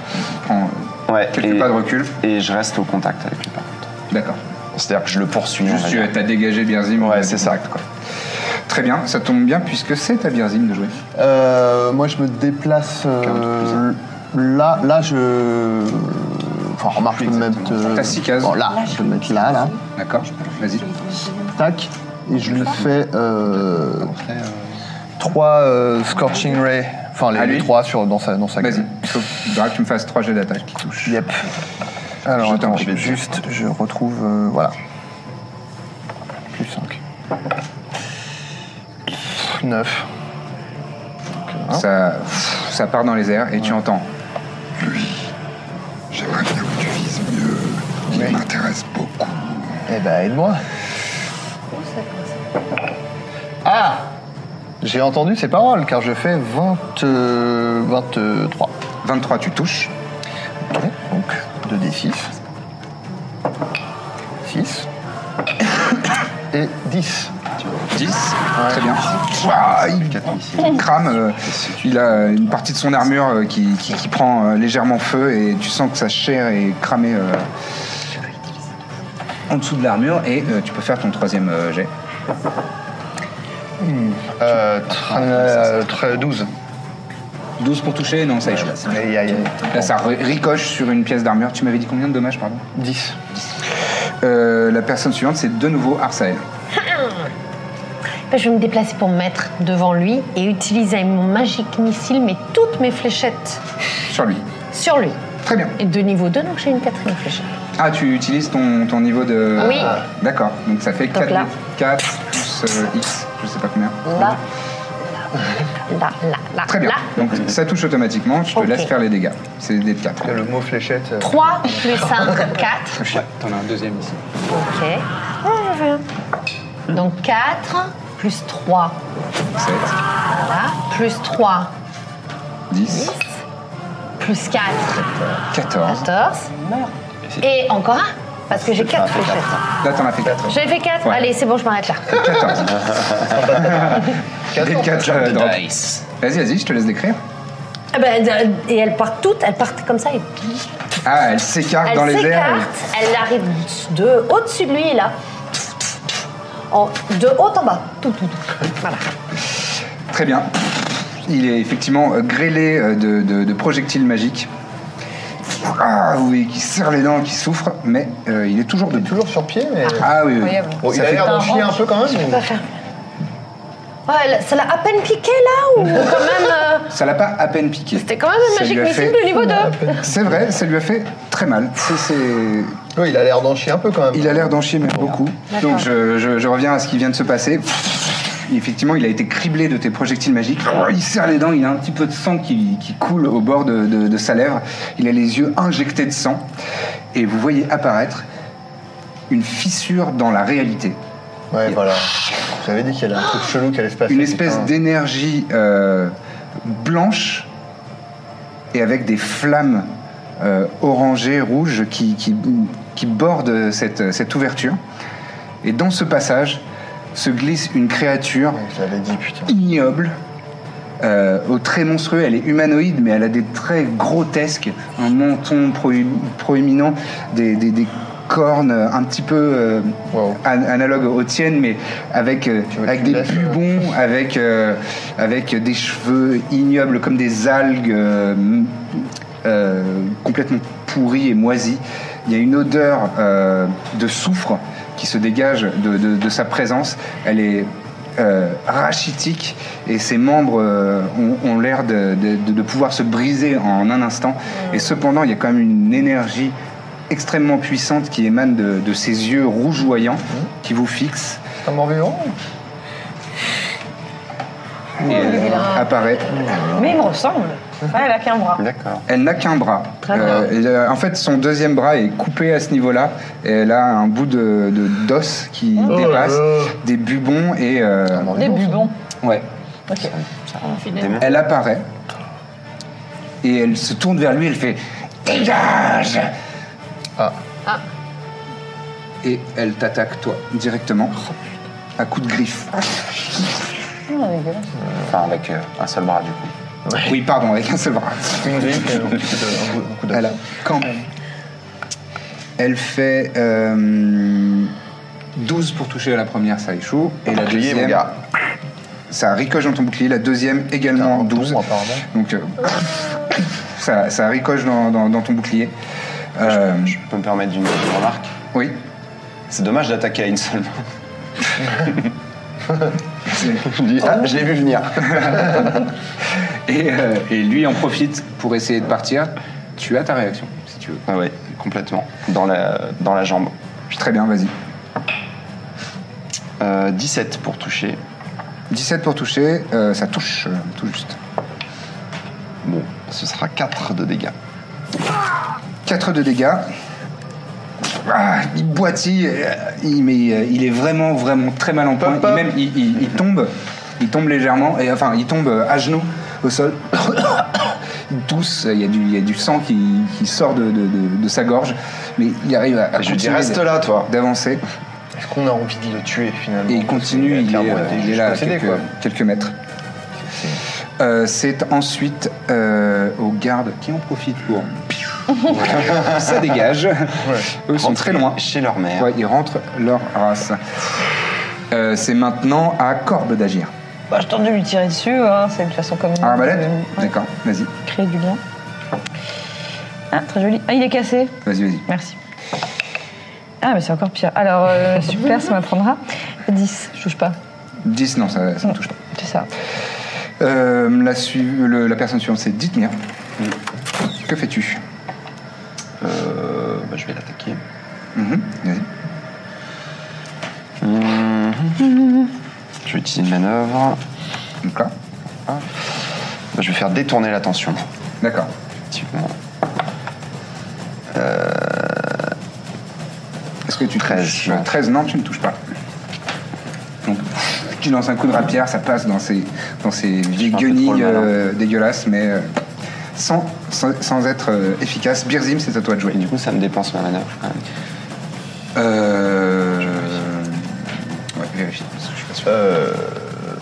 [SPEAKER 1] Prends euh,
[SPEAKER 2] Ouais,
[SPEAKER 1] quelques
[SPEAKER 2] et-
[SPEAKER 1] pas de recul.
[SPEAKER 2] Et je reste au contact avec lui, par contre.
[SPEAKER 1] D'accord.
[SPEAKER 2] C'est-à-dire que je le poursuis. on
[SPEAKER 1] Juste,
[SPEAKER 2] va
[SPEAKER 1] tu
[SPEAKER 2] dire.
[SPEAKER 1] as dégagé Birzim.
[SPEAKER 2] Ouais,
[SPEAKER 1] de
[SPEAKER 2] c'est
[SPEAKER 1] contact, quoi. Très bien. Ça tombe bien puisque c'est à Birzim de jouer.
[SPEAKER 3] Euh, moi, je me déplace euh, là. Là, je. Enfin, remarque, je peux me mettre. euh,
[SPEAKER 1] T'as six cases.
[SPEAKER 3] bon, là, je peux me mettre là, là.
[SPEAKER 1] D'accord. Vas-y.
[SPEAKER 3] Tac. Et je lui fais. Euh, trois euh, Scorching Ray. Enfin,
[SPEAKER 1] À
[SPEAKER 3] les, les
[SPEAKER 1] lui
[SPEAKER 3] trois sur, dans sa, dans sa
[SPEAKER 1] Vas-y.
[SPEAKER 3] gueule.
[SPEAKER 1] Il faut il faudra que tu me fasses trois jets d'attaque qui touchent.
[SPEAKER 3] Yep. Alors,
[SPEAKER 1] Je t'en
[SPEAKER 3] attends, je
[SPEAKER 1] prie.
[SPEAKER 3] vais juste. Je retrouve. euh, voilà. Plus 5. 9.
[SPEAKER 1] Ça, ça part dans les airs et tu entends.
[SPEAKER 8] J'aimerais bien que tu vises mieux. Il m'intéresse beaucoup.
[SPEAKER 3] Eh ben, aide-moi. Ah J'ai entendu ses paroles, car je fais 20, euh, 23.
[SPEAKER 1] 23, tu touches.
[SPEAKER 3] Ok, donc 2d6. 6. Et 10.
[SPEAKER 1] 10. Très bien. Ouah, il crame. euh, il a une partie de son armure euh, qui, qui- qui prend euh, légèrement feu et tu sens que sa chair est cramée euh, en dessous de l'armure et euh, tu peux faire ton troisième euh, jet.
[SPEAKER 3] Euh, tra- euh, tra- 12.
[SPEAKER 1] 12 pour toucher, non, ça échoue.
[SPEAKER 3] Aïe, aïe, aïe.
[SPEAKER 1] Là, ça ri- ricoche sur une pièce d'armure. Tu m'avais dit combien de dommages, pardon
[SPEAKER 3] 10.
[SPEAKER 1] Euh, La personne suivante, c'est de nouveau Arsael.
[SPEAKER 4] Ben, Je vais me déplacer pour me mettre devant lui et utiliser mon magique missile, mais toutes mes fléchettes
[SPEAKER 1] Sur lui.
[SPEAKER 4] sur lui.
[SPEAKER 1] Très bien.
[SPEAKER 4] Et de niveau 2, donc j'ai une quatrième fléchette.
[SPEAKER 1] Ah, tu utilises ton, ton niveau de. Ah,
[SPEAKER 4] Oui.
[SPEAKER 1] D'accord, donc ça fait 4,
[SPEAKER 4] là.
[SPEAKER 1] 4 plus euh, X, je sais pas combien.
[SPEAKER 4] Là, là, là, là,
[SPEAKER 1] Très bien.
[SPEAKER 4] là.
[SPEAKER 1] Donc ça touche automatiquement, je te
[SPEAKER 4] Ok.
[SPEAKER 1] laisse faire les dégâts. C'est des dés de 4.
[SPEAKER 3] Le mot fléchette. euh,
[SPEAKER 4] 3 plus 1, 4.
[SPEAKER 6] T'en as un deuxième ici.
[SPEAKER 4] Ok. Donc 4 plus 3.
[SPEAKER 1] 7,
[SPEAKER 4] Voilà. Plus 3
[SPEAKER 1] 10,
[SPEAKER 4] plus 4,
[SPEAKER 1] 14.
[SPEAKER 4] 14. Et encore un Parce que j'ai 4 fléchettes.
[SPEAKER 1] Là, t'en as fait 4.
[SPEAKER 4] J'ai fait 4.
[SPEAKER 1] Ouais.
[SPEAKER 4] Allez, c'est bon, je m'arrête là.
[SPEAKER 1] 14. Des 4 euh, dans-
[SPEAKER 6] dice.
[SPEAKER 1] Vas-y, vas-y, je te laisse décrire.
[SPEAKER 4] Ah ben, euh, et elles partent toutes, elles partent comme ça. Et...
[SPEAKER 1] Ah, elle s'écarte dans
[SPEAKER 4] Elles
[SPEAKER 1] les airs.
[SPEAKER 4] s'écartent, elles arrivent de au-dessus de lui, là. En- de haut en bas. Tout, tout, tout. Voilà.
[SPEAKER 1] Très bien. Il est effectivement euh, grêlé euh, de, de- de projectiles magiques. Ah oui, qui serre les dents, qui souffre, mais euh, il est toujours debout.
[SPEAKER 3] Toujours sur pied, mais.
[SPEAKER 1] Ah oui, oui.
[SPEAKER 5] Incroyable.
[SPEAKER 3] Bon, il
[SPEAKER 1] Ça
[SPEAKER 3] a
[SPEAKER 1] fait-
[SPEAKER 3] l'air d'en chier un peu quand même. mais-
[SPEAKER 4] Ouais, elle- ça l'a à peine piqué, là, ou quand même... euh,
[SPEAKER 1] Ça l'a pas à peine piqué.
[SPEAKER 4] C'était quand même un
[SPEAKER 1] Ça lui
[SPEAKER 4] magique
[SPEAKER 1] a
[SPEAKER 4] missile
[SPEAKER 1] fait-
[SPEAKER 4] de niveau 2.
[SPEAKER 1] C'est vrai, ça lui a fait très mal. C'est- c'est-
[SPEAKER 3] Oui, il a l'air d'en chier un peu quand même.
[SPEAKER 1] Il a l'air d'en chier, mais beaucoup. Donc je, je- je reviens à ce qui vient de se passer. Effectivement, il a été criblé de tes projectiles magiques. Il serre les dents, il a un petit peu de sang qui, qui coule au bord de, de- de sa lèvre. Il a les yeux injectés de sang. Et vous voyez apparaître une fissure dans la réalité.
[SPEAKER 3] Ouais, voilà. Je vous avais dit qu'il y avait un truc chelou qui allait se passer.
[SPEAKER 1] Une espèce
[SPEAKER 3] putain.
[SPEAKER 1] d'énergie euh, blanche et avec des flammes euh, orangées, rouges qui, qui, qui bordent cette, cette ouverture. Et dans ce passage se glisse une créature
[SPEAKER 3] Ouais, Je l'avais dit, putain.
[SPEAKER 1] ignoble, euh, aux traits monstrueux. Elle est humanoïde, mais elle a des traits grotesques, un menton proé- proéminent, des, des- des cornes un petit peu euh,
[SPEAKER 3] Wow.
[SPEAKER 1] an- analogues aux tiennes, mais avec, euh,
[SPEAKER 3] veux
[SPEAKER 1] avec
[SPEAKER 3] que je
[SPEAKER 1] des
[SPEAKER 3] laisse, euh,
[SPEAKER 1] bubons, avec, euh, avec des cheveux ignobles comme des algues euh, m- euh, complètement pourries et moisies. Il y a une odeur euh, de soufre qui se dégage de, de- de sa présence. Elle est euh, rachitique et ses membres euh, ont, ont l'air de, de- de pouvoir se briser en un instant. Et cependant, il y a quand même une énergie extrêmement puissante qui émane de, de ses yeux rougeoyants qui vous fixent
[SPEAKER 3] Mhm. C'est un mort-vivant
[SPEAKER 1] et elle apparaît.
[SPEAKER 5] Mais il me ressemble. Ah, elle a qu'un bras.
[SPEAKER 6] D'accord.
[SPEAKER 1] Elle n'a qu'un bras. Euh, et, euh, en fait, son deuxième bras est coupé à ce niveau-là. Et elle a un bout de de- d'os qui
[SPEAKER 3] Oh
[SPEAKER 1] dépasse, des bubons et. euh,
[SPEAKER 5] Des bubons.
[SPEAKER 1] ouais.
[SPEAKER 5] Ok.
[SPEAKER 1] Elle apparaît et elle se tourne vers lui. Elle fait dégage.
[SPEAKER 3] Ah.
[SPEAKER 1] Et elle t'attaque toi directement à coups de griffe.
[SPEAKER 6] Enfin, avec euh, un seul bras, du coup.
[SPEAKER 1] Oui, pardon, avec un seul bras.
[SPEAKER 3] Une grippe, euh, beaucoup de- beaucoup de-
[SPEAKER 1] Elle a quand même. Elle fait euh, 12 pour toucher à la première, ça échoue. Et la
[SPEAKER 2] Bouclier,
[SPEAKER 1] deuxième.
[SPEAKER 2] mon gars.
[SPEAKER 1] Ça ricoche dans ton bouclier. La deuxième également
[SPEAKER 3] Putain,
[SPEAKER 1] 12.
[SPEAKER 3] bon, apparemment.
[SPEAKER 1] Donc euh, ça, ça ricoche dans, dans- dans ton bouclier. Euh,
[SPEAKER 6] Je peux me permettre d'une petite remarque.
[SPEAKER 1] oui.
[SPEAKER 6] C'est dommage d'attaquer à une seule main.
[SPEAKER 2] Je dis, ah, je l'ai vu venir.
[SPEAKER 1] Et, euh, et lui en profite pour essayer de partir. Tu as ta réaction, si tu veux.
[SPEAKER 6] Ah ouais, complètement. Dans la, dans la jambe.
[SPEAKER 1] Très bien, vas-y.
[SPEAKER 6] Euh, 17 pour toucher.
[SPEAKER 1] 17 pour toucher, euh, ça touche, euh, tout juste.
[SPEAKER 6] Bon, ce sera 4 de dégâts.
[SPEAKER 1] 4 de dégâts. Ah, il boitille, euh, il, mais euh, il est vraiment, vraiment très mal en point. Il, même, il, il- il tombe, il tombe légèrement, et, enfin, il tombe euh, à genoux au sol. tous, il y, a du- il y a du sang qui, qui sort de, de- de- de sa gorge, mais il arrive à, à
[SPEAKER 2] Je lui dis
[SPEAKER 1] continuer
[SPEAKER 2] reste
[SPEAKER 1] d'a-
[SPEAKER 2] là, toi.
[SPEAKER 1] d'avancer,
[SPEAKER 3] Est-ce qu'on a envie de le tuer finalement
[SPEAKER 1] et il continue, il est,
[SPEAKER 3] clairement,
[SPEAKER 1] euh,
[SPEAKER 3] était
[SPEAKER 1] il est
[SPEAKER 3] juste
[SPEAKER 1] là à
[SPEAKER 3] possédé,
[SPEAKER 1] quelques,
[SPEAKER 3] quoi.
[SPEAKER 1] quelques mètres. Euh, C'est ensuite euh, aux gardes qui en profitent pour... ça dégage, eux sont très loin.
[SPEAKER 6] Chez leur mère.
[SPEAKER 1] Ouais, ils rentrent leur race. Euh, c'est maintenant à Corbe d'agir.
[SPEAKER 5] Bah, je tente de lui tirer dessus, hein, c'est de toute façon comme.
[SPEAKER 1] À Arbalète
[SPEAKER 5] euh, ouais,
[SPEAKER 1] D'accord, vas-y,
[SPEAKER 5] Créer du lien. Ah, très joli. Ah, il est cassé.
[SPEAKER 1] vas-y, vas-y.
[SPEAKER 5] Merci. Ah, mais c'est encore pire. Alors, euh, super, ça m'apprendra. 10, je touche pas.
[SPEAKER 1] 10, non, ça, ça ne touche pas.
[SPEAKER 5] C'est ça.
[SPEAKER 1] Euh, la, suiv- le- la personne suivante, c'est Dithmir. Que fais-tu
[SPEAKER 6] Euh, bah, je vais l'attaquer.
[SPEAKER 1] Mhm, Vas-y.
[SPEAKER 6] Je vais utiliser une manœuvre.
[SPEAKER 1] Donc là,
[SPEAKER 6] Bah, je vais faire détourner l'attention.
[SPEAKER 1] d'accord.
[SPEAKER 6] Effectivement.
[SPEAKER 1] Est-ce que tu
[SPEAKER 6] 13,
[SPEAKER 1] touches
[SPEAKER 6] non.
[SPEAKER 1] 13, non, tu ne touches pas. Donc, tu lances un coup de rapière, ça passe dans ces, dans ces vieilles
[SPEAKER 6] fais un peu
[SPEAKER 1] guenilles
[SPEAKER 6] trop le malin.
[SPEAKER 1] euh, dégueulasses, mais euh, sans, sans, sans être euh, efficace. Birzim, c'est à toi de jouer.
[SPEAKER 6] Et du coup, ça me dépense ma manœuvre quand même.
[SPEAKER 1] Euh... Ouais, vérifie, parce que je suis pas sûr.
[SPEAKER 3] Euh,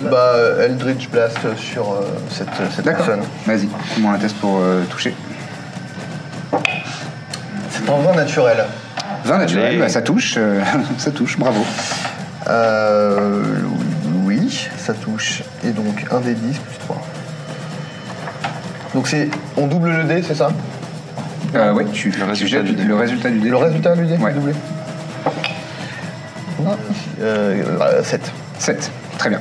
[SPEAKER 3] bah, Eldritch Blast sur euh, cette, cette
[SPEAKER 1] D'accord.
[SPEAKER 3] personne.
[SPEAKER 1] Vas-y, fais-moi un test pour euh, toucher.
[SPEAKER 3] C'est en vin naturel.
[SPEAKER 1] 20 naturel,
[SPEAKER 6] Allez.
[SPEAKER 1] bah, ça touche, euh, ça touche, bravo.
[SPEAKER 3] Euh, oui, ça touche. Et donc 1 des 10 plus 3. Donc c'est. On double le dé, c'est ça
[SPEAKER 1] Euh, ouais, tu, tu
[SPEAKER 6] résultat
[SPEAKER 1] jettes
[SPEAKER 6] du dé.
[SPEAKER 1] le résultat du dé.
[SPEAKER 3] Le résultat du dé
[SPEAKER 1] Ouais.
[SPEAKER 3] doublé euh, 7.
[SPEAKER 1] 7, très bien.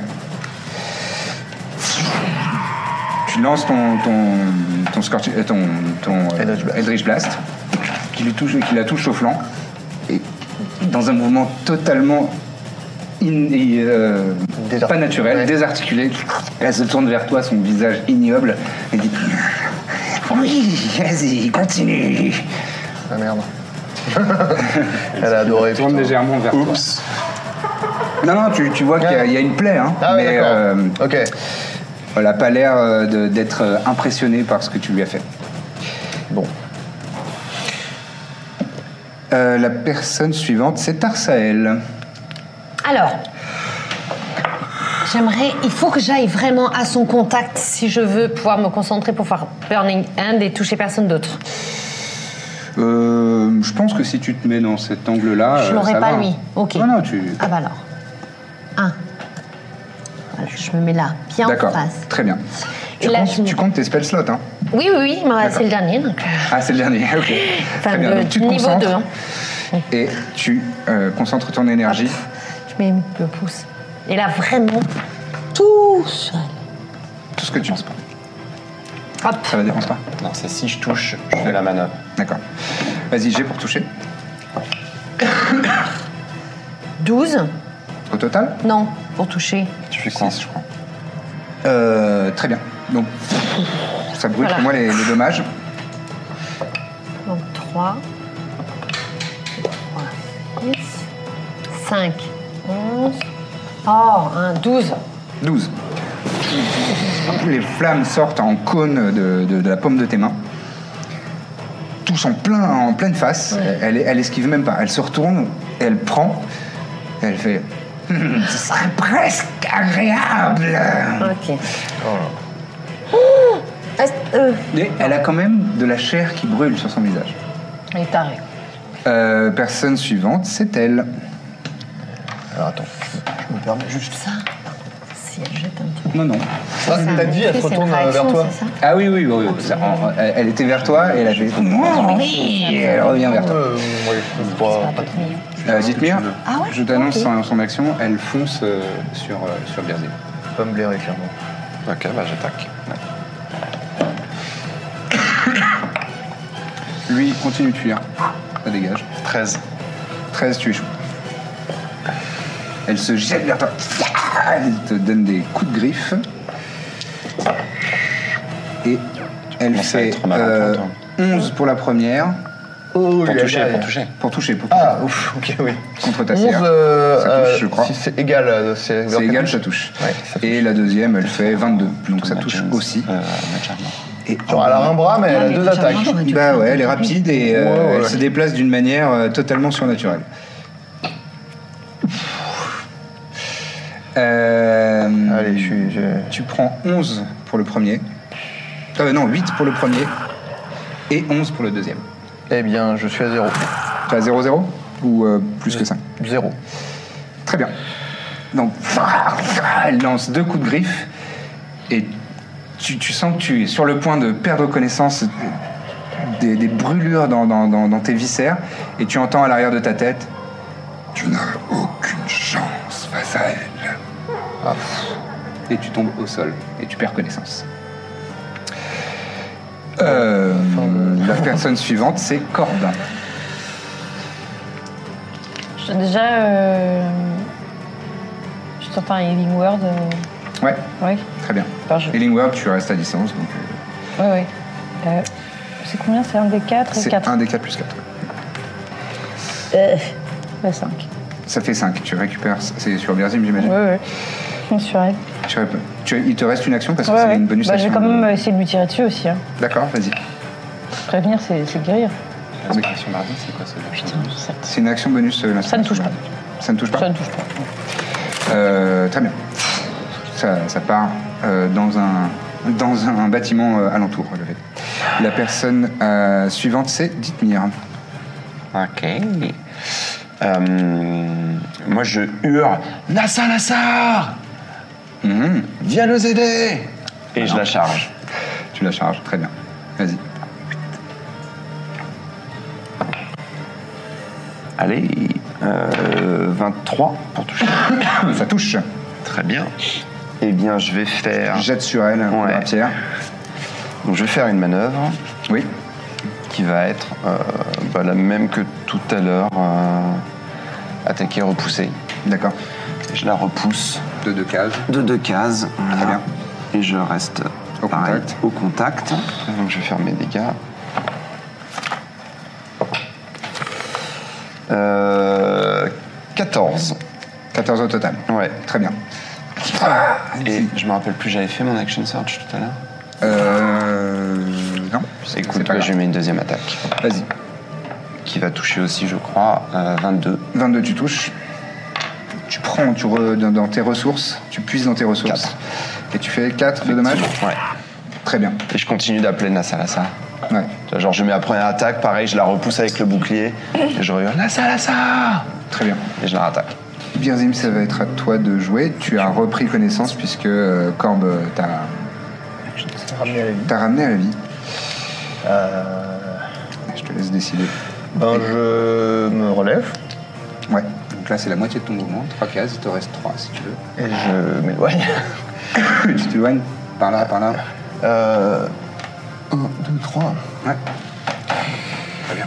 [SPEAKER 1] Tu lances ton, ton, ton, Scorch- euh, ton, ton, euh,
[SPEAKER 3] Eldritch Blast.
[SPEAKER 1] Eldritch Blast, qui, lui touche, qui la touche au flanc, et dans un mouvement totalement in- et, euh,
[SPEAKER 3] Désarticulé.
[SPEAKER 1] pas naturel,
[SPEAKER 3] Ouais.
[SPEAKER 1] désarticulé, elle se tourne vers toi, son visage ignoble, et dit Oui, vas-y, continue.
[SPEAKER 3] Ah merde. Elle a adoré.
[SPEAKER 1] Elle tourne
[SPEAKER 3] putain.
[SPEAKER 1] légèrement vers toi. Non, non, tu, tu vois qu'il y a- il y, a une plaie, hein,
[SPEAKER 3] Ah ouais,
[SPEAKER 1] mais
[SPEAKER 3] d'accord.
[SPEAKER 1] euh,
[SPEAKER 3] Ok.
[SPEAKER 1] Elle n'a pas l'air euh, de- d'être euh, impressionnée par ce que tu lui as fait.
[SPEAKER 3] Bon.
[SPEAKER 1] Euh, la personne suivante, c'est Tarsael.
[SPEAKER 4] Alors, j'aimerais, il faut que j'aille vraiment à son contact si je veux pouvoir me concentrer pour faire Burning Hand et toucher personne d'autre.
[SPEAKER 1] Euh, je pense que si tu te mets dans cet angle-là.
[SPEAKER 4] Je
[SPEAKER 1] euh,
[SPEAKER 4] l'aurai
[SPEAKER 1] ça
[SPEAKER 4] pas
[SPEAKER 1] va.
[SPEAKER 4] lui. Ok.
[SPEAKER 1] Non, non, tu.
[SPEAKER 4] Ah bah alors. Un. Voilà, je me mets là, bien en
[SPEAKER 1] D'accord.
[SPEAKER 4] face.
[SPEAKER 1] Très bien. Tu,
[SPEAKER 4] Et là, je
[SPEAKER 1] comptes,
[SPEAKER 4] me-
[SPEAKER 1] tu comptes tes spell slots, hein
[SPEAKER 4] Oui, oui, oui, bah, c'est le dernier. Donc, euh,
[SPEAKER 1] Ah, c'est le dernier, ok.
[SPEAKER 4] enfin,
[SPEAKER 1] Très bien.
[SPEAKER 4] le
[SPEAKER 1] Donc tu te
[SPEAKER 4] niveau hein. 2.
[SPEAKER 1] concentres et tu euh, concentres ton énergie.
[SPEAKER 4] Je mets le pouce. Et là, vraiment, tout seul.
[SPEAKER 1] Tout ce que tu penses pas.
[SPEAKER 4] Hop.
[SPEAKER 1] Ça la dépense pas
[SPEAKER 6] Non, c'est si je touche, je fais la manœuvre.
[SPEAKER 1] D'accord. Vas-y, j'ai pour toucher.
[SPEAKER 4] 12.
[SPEAKER 1] Au total
[SPEAKER 4] Non, pour toucher.
[SPEAKER 6] Je fais quoi
[SPEAKER 1] Six, je crois. Euh, très bien. Donc, ça brûle
[SPEAKER 4] Voilà.
[SPEAKER 1] pour moi les, les dommages.
[SPEAKER 4] Donc 3. 3. 5. 11. Oh, un 12.
[SPEAKER 1] 12. Les flammes sortent en cône de, de- de la paume de tes mains. Touche en, plein, en pleine face. Elle, elle esquive même pas. Elle se retourne, elle prend, elle fait. Hum, Ce serait presque agréable.
[SPEAKER 4] Ok.
[SPEAKER 3] Oh.
[SPEAKER 4] Ouh Est- euh,
[SPEAKER 1] Et elle a quand même de la chair qui brûle sur son visage.
[SPEAKER 4] Il est taré.
[SPEAKER 1] Euh, personne suivante, c'est elle.
[SPEAKER 3] Alors attends, je me permets juste.
[SPEAKER 4] Ça Si elle jette un petit
[SPEAKER 1] Non, non.
[SPEAKER 3] Ah,
[SPEAKER 4] peu.
[SPEAKER 3] t'as dit, elle se
[SPEAKER 4] C'est une
[SPEAKER 3] retourne euh,
[SPEAKER 4] réaction,
[SPEAKER 3] vers toi.
[SPEAKER 4] c'est ça
[SPEAKER 1] Ah oui, oui, oui. oui, ça, en- en- elle elle était vers toi et elle a fait. Et elle revient vers toi.
[SPEAKER 3] Euh, oui, je crois pas trop.
[SPEAKER 1] Euh, Dithmir,
[SPEAKER 4] Ah ouais
[SPEAKER 1] je t'annonce
[SPEAKER 4] Ok.
[SPEAKER 1] son, son action, elle fonce euh, sur, euh, sur Birzim.
[SPEAKER 3] Faut Pas me blairer, clairement.
[SPEAKER 6] Ok, bah j'attaque.
[SPEAKER 1] Lui, il continue de fuir. Ça dégage.
[SPEAKER 6] 13.
[SPEAKER 1] 13, tu échoues. Elle se jette vers toi. Elle te donne des coups de griffe. Et elle
[SPEAKER 6] commences à
[SPEAKER 1] fait
[SPEAKER 6] être mal en
[SPEAKER 1] euh,
[SPEAKER 6] pointe,
[SPEAKER 1] 11 pour la première. Oh,
[SPEAKER 6] Pour toucher, pour toucher.
[SPEAKER 1] Pour toucher, pour toucher.
[SPEAKER 3] Ah, ouf, ok, oui.
[SPEAKER 1] Contre ta
[SPEAKER 3] 11,
[SPEAKER 1] CA.
[SPEAKER 3] euh,
[SPEAKER 1] Ça touche,
[SPEAKER 3] euh,
[SPEAKER 1] je crois.
[SPEAKER 3] si c'est égal, euh, c'est
[SPEAKER 1] C'est égal, ça touche.
[SPEAKER 3] Ouais, ça touche. hein,
[SPEAKER 1] Et la deuxième, elle fait 22. Donc ça
[SPEAKER 6] Match
[SPEAKER 1] touche
[SPEAKER 6] chance.
[SPEAKER 1] aussi.
[SPEAKER 6] Euh, match armor.
[SPEAKER 1] Et,
[SPEAKER 3] Genre, elle a un bras, mais elle a
[SPEAKER 4] mais
[SPEAKER 3] deux
[SPEAKER 4] j'avais
[SPEAKER 3] attaques.
[SPEAKER 4] un jour-
[SPEAKER 1] Bah ouais, elle est rapide et euh,
[SPEAKER 3] Ouais, ouais,
[SPEAKER 1] elle
[SPEAKER 3] ouais.
[SPEAKER 1] se déplace d'une manière euh, totalement surnaturelle. Euh,
[SPEAKER 3] Allez, je suis. je-
[SPEAKER 1] Tu prends 11 pour le premier. Euh, non, 8 pour le premier. Et 11 pour le deuxième.
[SPEAKER 3] Eh bien, je suis à zéro.
[SPEAKER 1] T'as 0-0 Ou euh, plus que ça
[SPEAKER 3] Zéro.
[SPEAKER 1] Très bien. Donc, elle lance deux coups de griffe et tu, tu sens que tu es sur le point de perdre connaissance des, des brûlures dans, dans- dans- dans tes viscères et tu entends à l'arrière de ta tête
[SPEAKER 9] Tu n'as aucune chance face à elle.
[SPEAKER 1] Ah. et tu tombes au sol et tu perds connaissance. Euh, la personne suivante, c'est Corbin.
[SPEAKER 5] Je- Déjà, euh, je tente un Healing Word. euh,
[SPEAKER 1] Ouais,
[SPEAKER 5] ouais.
[SPEAKER 1] très bien.
[SPEAKER 5] Enfin, je- ouais,
[SPEAKER 1] Healing World, tu restes à distance, donc euh,
[SPEAKER 5] ouais. Euh, c'est combien C'est un des 4
[SPEAKER 1] c'est
[SPEAKER 5] 4.
[SPEAKER 1] 1 des 4 plus 4.
[SPEAKER 5] Bah, 5.
[SPEAKER 1] Ça fait 5, tu récupères, c'est sur Birzim, j'imagine.
[SPEAKER 5] Ouais, ouais. Je me suis arrêtée.
[SPEAKER 1] Tu réponds. Tu- il te reste une action parce que
[SPEAKER 5] Ouais,
[SPEAKER 1] c'est
[SPEAKER 5] ouais.
[SPEAKER 1] une bonus
[SPEAKER 5] Bah, je
[SPEAKER 1] action.
[SPEAKER 5] vais quand même essayer de lui tirer dessus aussi. hein.
[SPEAKER 1] D'accord, vas-y.
[SPEAKER 5] Prévenir, c'est c'est guérir.
[SPEAKER 1] c'est quoi
[SPEAKER 5] Putain, ça,
[SPEAKER 1] C'est une action bonus. euh, l'instant.
[SPEAKER 5] Ça ne touche pas.
[SPEAKER 1] Ça ne touche pas
[SPEAKER 5] ça ne touche pas.
[SPEAKER 1] Euh, Très bien. Ça, ça part euh, dans, un, dans un bâtiment euh, alentour. le fait. La personne euh, suivante, c'est Dithmir.
[SPEAKER 2] Ok. Euh, moi, je hurle Nassa Nassar
[SPEAKER 1] Mhm.
[SPEAKER 2] Viens nous aider Et je la charge.
[SPEAKER 1] Tu la charges, très bien. Vas-y.
[SPEAKER 2] Allez, euh, 23 pour toucher.
[SPEAKER 1] Ça touche.
[SPEAKER 2] Très bien. Eh bien, je vais faire.
[SPEAKER 1] Jette sur elle,
[SPEAKER 2] Ouais.
[SPEAKER 1] la pierre.
[SPEAKER 2] Donc, je vais faire une manœuvre
[SPEAKER 1] Oui.
[SPEAKER 2] qui va être euh, bah, la même que tout à l'heure. euh, attaquer, repousser.
[SPEAKER 1] D'accord.
[SPEAKER 2] Je la repousse
[SPEAKER 1] De deux cases.
[SPEAKER 2] de deux cases. voilà.
[SPEAKER 1] Très bien.
[SPEAKER 2] Et je reste
[SPEAKER 1] Au
[SPEAKER 2] pareil,
[SPEAKER 1] contact.
[SPEAKER 2] au contact. Donc je vais faire mes dégâts. Euh, 14.
[SPEAKER 1] 14 au total.
[SPEAKER 2] Ouais.
[SPEAKER 1] Très bien. Ah,
[SPEAKER 2] Et je me rappelle plus, j'avais fait mon action search tout à l'heure.
[SPEAKER 1] Euh... Non. c'est- c'est
[SPEAKER 2] Écoute,
[SPEAKER 1] pas
[SPEAKER 2] là,
[SPEAKER 1] grave.
[SPEAKER 2] je mets une deuxième attaque
[SPEAKER 1] Vas-y.
[SPEAKER 2] qui va toucher aussi, je crois, euh, 22.
[SPEAKER 1] 22, tu touches. Tu prends tu re- dans, dans tes ressources, tu puises dans tes ressources.
[SPEAKER 2] Quatre.
[SPEAKER 1] Et tu fais 4 de dommages
[SPEAKER 2] Ouais.
[SPEAKER 1] Très bien.
[SPEAKER 2] Et je continue d'appeler Nassar Nassar.
[SPEAKER 1] Ouais.
[SPEAKER 2] Tu vois, Genre, je mets la première attaque, pareil, je la repousse avec le bouclier. Et je regarde Nassar Nassar
[SPEAKER 1] Très bien.
[SPEAKER 2] Et je la rattaque.
[SPEAKER 1] Birzim, ça va être à toi de jouer. Tu as repris connaissance puisque euh, Corbe euh, t'a
[SPEAKER 3] Ramener la vie.
[SPEAKER 1] t'a ramené à la vie.
[SPEAKER 3] Euh,
[SPEAKER 1] Je te laisse décider.
[SPEAKER 3] ben, je me relève
[SPEAKER 1] Ouais. Donc là, c'est la moitié de ton mouvement. 3 cases, il te reste 3 si tu veux.
[SPEAKER 3] et
[SPEAKER 2] Euh,
[SPEAKER 3] je m'éloigne.
[SPEAKER 1] tu t'éloignes par là, par là.
[SPEAKER 3] Euh, 1, 2, 3.
[SPEAKER 1] Ouais. Très bien.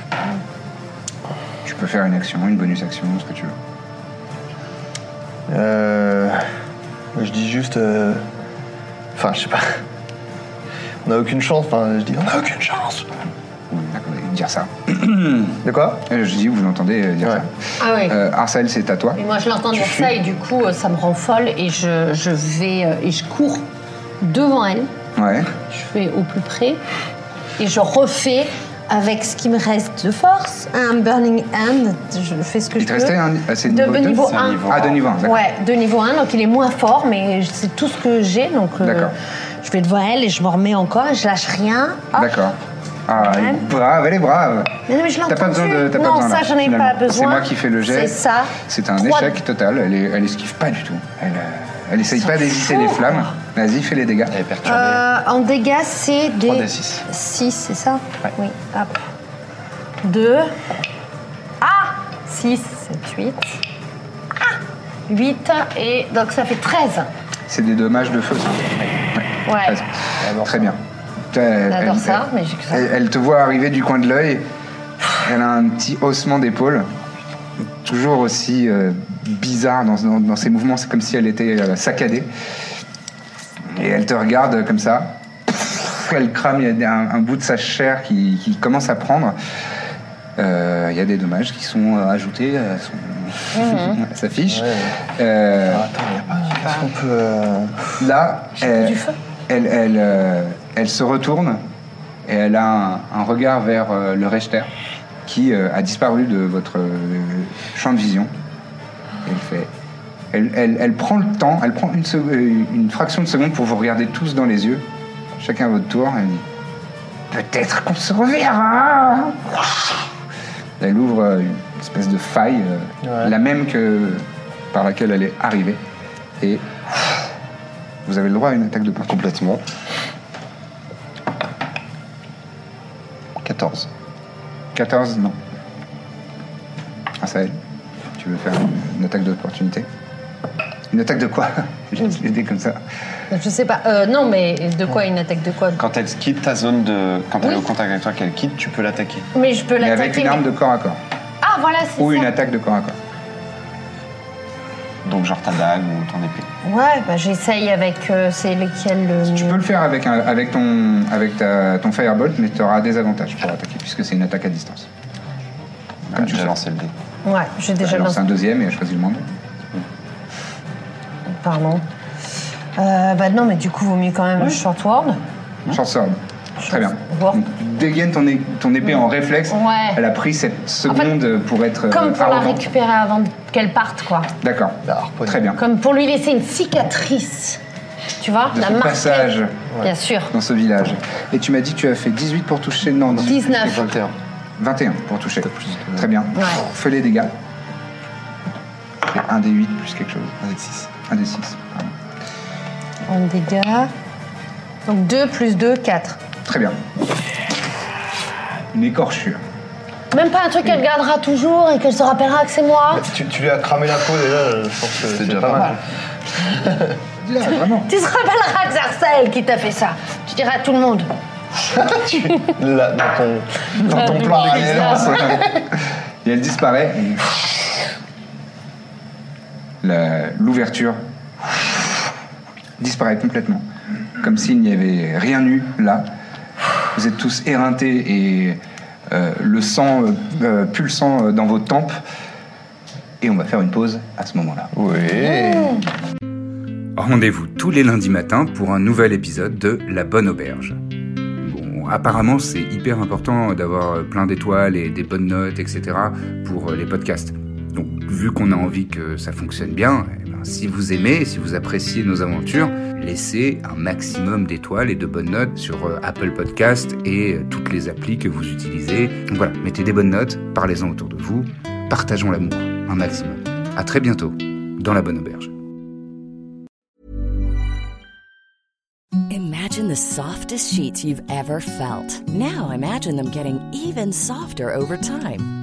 [SPEAKER 1] Tu peux faire une action, une bonus action, ce que tu veux.
[SPEAKER 3] Euh, je dis juste. euh, Enfin, je sais pas. On n'a aucune chance. Enfin, je dis, on n'a aucune chance.
[SPEAKER 1] D'accord, dire ça.
[SPEAKER 3] De quoi
[SPEAKER 1] Euh, Je dis, vous l'entendez euh, dire
[SPEAKER 3] Ouais.
[SPEAKER 1] ça.
[SPEAKER 4] Ah oui.
[SPEAKER 1] Euh, Arcel, c'est à toi.
[SPEAKER 4] Et moi, je l'entends dire ça et du coup, euh, ça me rend folle et je, je vais euh, et je cours devant elle.
[SPEAKER 1] Ouais.
[SPEAKER 4] Je vais au plus près et je refais avec ce qui me reste de force un burning hand. Je fais ce que
[SPEAKER 1] Il
[SPEAKER 4] je
[SPEAKER 1] te
[SPEAKER 4] peux.
[SPEAKER 1] restait un. ah, c'est
[SPEAKER 4] De
[SPEAKER 1] deux
[SPEAKER 4] niveau
[SPEAKER 1] C'est
[SPEAKER 4] un.
[SPEAKER 1] Ah, de niveau 1, d'accord.
[SPEAKER 4] Ouais, de niveau 1, donc il est moins fort, mais c'est tout ce que j'ai. Donc euh,
[SPEAKER 1] D'accord.
[SPEAKER 4] je vais devant elle et je m'en remets encore, je lâche rien. Hop.
[SPEAKER 1] D'accord. Ah, elle est
[SPEAKER 4] Ouais.
[SPEAKER 1] brave, elle est brave.
[SPEAKER 4] Non, mais je l'entends.
[SPEAKER 1] T'as pas besoin de. t'as pas
[SPEAKER 4] Non,
[SPEAKER 1] besoin,
[SPEAKER 4] ça,
[SPEAKER 1] là,
[SPEAKER 4] j'en ai
[SPEAKER 1] finalement.
[SPEAKER 4] pas besoin.
[SPEAKER 1] C'est moi qui fais le jet.
[SPEAKER 4] C'est ça.
[SPEAKER 1] C'est un
[SPEAKER 4] Trois-
[SPEAKER 1] échec total. Elle, est, elle esquive pas du tout. Elle, euh, elle essaye pas d'éviter les flammes. Vas-y, fais les dégâts.
[SPEAKER 2] Elle est perturbée.
[SPEAKER 4] Euh, en dégâts, c'est des.
[SPEAKER 2] 3d6.
[SPEAKER 4] 6, c'est ça Oui. Hop. 2. Ah 6, 7, 8. Ah 8. Et donc ça fait 13.
[SPEAKER 1] C'est des dommages de feu, ça. Ouais.
[SPEAKER 4] Ouais.
[SPEAKER 1] Vas-y. Très bien. Elle,
[SPEAKER 4] J'adore ça, mais j'ai que ça.
[SPEAKER 1] elle- elle te voit arriver du coin de l'œil. Elle a un petit haussement d'épaule. Toujours aussi euh, bizarre dans, dans- dans ses mouvements. C'est comme si elle était euh, saccadée. Et elle te regarde euh, comme ça. Elle crame. Il y a un, un bout de sa chair qui, qui commence à prendre. Euh, Il y a des dommages qui sont euh, ajoutés à son-
[SPEAKER 4] Mm-hmm.
[SPEAKER 1] à sa fiche. Euh,
[SPEAKER 3] Est-ce qu'on peut. euh,
[SPEAKER 1] Là, elle, elle, elle, euh, elle se retourne et elle a un, un regard vers euh, le Rechter qui euh, a disparu de votre euh, champ de vision. Elle fait. Elle, elle- elle prend le temps, elle prend une, sec- euh, une fraction de seconde pour vous regarder tous dans les yeux, chacun à votre tour. Elle dit Peut-être qu'on se reverra Elle ouvre euh, une espèce de faille, euh,
[SPEAKER 3] Ouais.
[SPEAKER 1] la même que par laquelle elle est arrivée. Et vous avez le droit à une attaque de parcours.
[SPEAKER 6] Complètement. 14.
[SPEAKER 1] 14, non. Ah, ça aide. Tu veux faire une, une attaque d'opportunité Une attaque de quoi Je laisse les dés comme ça.
[SPEAKER 4] Je sais pas. Euh, non, mais de quoi une attaque de quoi
[SPEAKER 6] Quand elle quitte ta zone de. Quand elle
[SPEAKER 4] Oui.
[SPEAKER 6] est au contact avec toi, qu'elle quitte, tu peux l'attaquer.
[SPEAKER 4] Mais je peux
[SPEAKER 1] Mais avec
[SPEAKER 4] l'attaquer.
[SPEAKER 1] une arme de
[SPEAKER 4] mais-
[SPEAKER 1] corps à corps.
[SPEAKER 4] Ah, voilà, c'est
[SPEAKER 1] Ou
[SPEAKER 4] ça.
[SPEAKER 1] une attaque de corps à corps.
[SPEAKER 6] Donc, genre ta dague ou ton épée.
[SPEAKER 4] Ouais, bah, j'essaye avec. euh, c'est lequel le
[SPEAKER 1] Tu
[SPEAKER 4] mieux
[SPEAKER 1] peux le faire avec, un- avec, ton, avec ta- ton Firebolt, mais tu auras des avantages pour attaquer, puisque c'est une attaque à distance.
[SPEAKER 6] Comme
[SPEAKER 1] tu
[SPEAKER 2] Ah,
[SPEAKER 6] tu as
[SPEAKER 1] sais.
[SPEAKER 6] lancé le dé.
[SPEAKER 4] Ouais, j'ai déjà
[SPEAKER 1] Elle lance
[SPEAKER 4] lancé.
[SPEAKER 1] un deuxième et elle choisit le moins.
[SPEAKER 4] Pardon. Euh, bah non, mais du coup, vaut mieux quand même le shortword. Hein
[SPEAKER 1] Short sword. Très bien.
[SPEAKER 4] Sword.
[SPEAKER 1] Donc, tu dégaines ton, é- ton épée en réflexe.
[SPEAKER 4] Ouais.
[SPEAKER 1] Elle a pris cette seconde pour être. euh,
[SPEAKER 4] Comme pour la
[SPEAKER 1] arrogante.
[SPEAKER 4] récupérer avant qu'elle parte, quoi.
[SPEAKER 1] D'accord.
[SPEAKER 3] bah,
[SPEAKER 1] Très bien.
[SPEAKER 4] Comme pour lui laisser une cicatrice. Tu vois
[SPEAKER 1] De
[SPEAKER 4] La
[SPEAKER 1] ce
[SPEAKER 4] marque.
[SPEAKER 1] passage
[SPEAKER 4] Bien sûr.
[SPEAKER 1] dans ce village. Et tu m'as dit que tu as fait 18 pour toucher. Non, 18.
[SPEAKER 4] 19.
[SPEAKER 1] 21 pour toucher. Très bien.
[SPEAKER 4] Ouais.
[SPEAKER 1] Fais les dégâts. Fais 1 des 8 plus quelque chose. 1 des 6. 1 des 6.
[SPEAKER 4] En dégâts. Donc 2 plus 2, 4.
[SPEAKER 1] Très bien. Une écorchure.
[SPEAKER 4] Même pas un truc qu'elle gardera toujours et qu'elle se rappellera que c'est
[SPEAKER 1] Bah,
[SPEAKER 4] moi.
[SPEAKER 3] Tu, tu lui as cramé la peau déjà, je pense que c'est
[SPEAKER 6] déjà
[SPEAKER 3] pas
[SPEAKER 6] pas
[SPEAKER 3] mal.
[SPEAKER 1] Là, vraiment.
[SPEAKER 4] Tu te rappelleras que c'est Arcel qui t'a fait ça. Tu diras à tout le monde.
[SPEAKER 3] Tu- là, dans ton,
[SPEAKER 1] Dans ton
[SPEAKER 4] du
[SPEAKER 1] plan
[SPEAKER 4] coup,
[SPEAKER 1] d'excellence. Et elle disparaît. et la- L'ouverture disparaît complètement. Comme s'il n'y avait rien eu là. Vous êtes tous éreintés et euh, le sang euh, euh, pulsant euh, dans vos tempes. Et on va faire une pause à ce moment-là. Rendez-vous tous les lundis matins pour un nouvel épisode de La Bonne Auberge. Bon, apparemment, c'est hyper important d'avoir euh, plein d'étoiles et des bonnes notes, etc. pour euh, les podcasts. Donc, vu qu'on a envie que ça fonctionne bien, eh ben, si vous aimez, si vous appréciez nos aventures, laissez un maximum d'étoiles et de bonnes notes sur euh, Apple Podcast et euh, toutes les applis que vous utilisez. Donc voilà, mettez des bonnes notes, parlez-en autour de vous, partageons l'amour un maximum. À très bientôt dans La Bonne Auberge.
[SPEAKER 10] Imagine the softest sheets you've ever felt. Now imagine them getting even softer over time.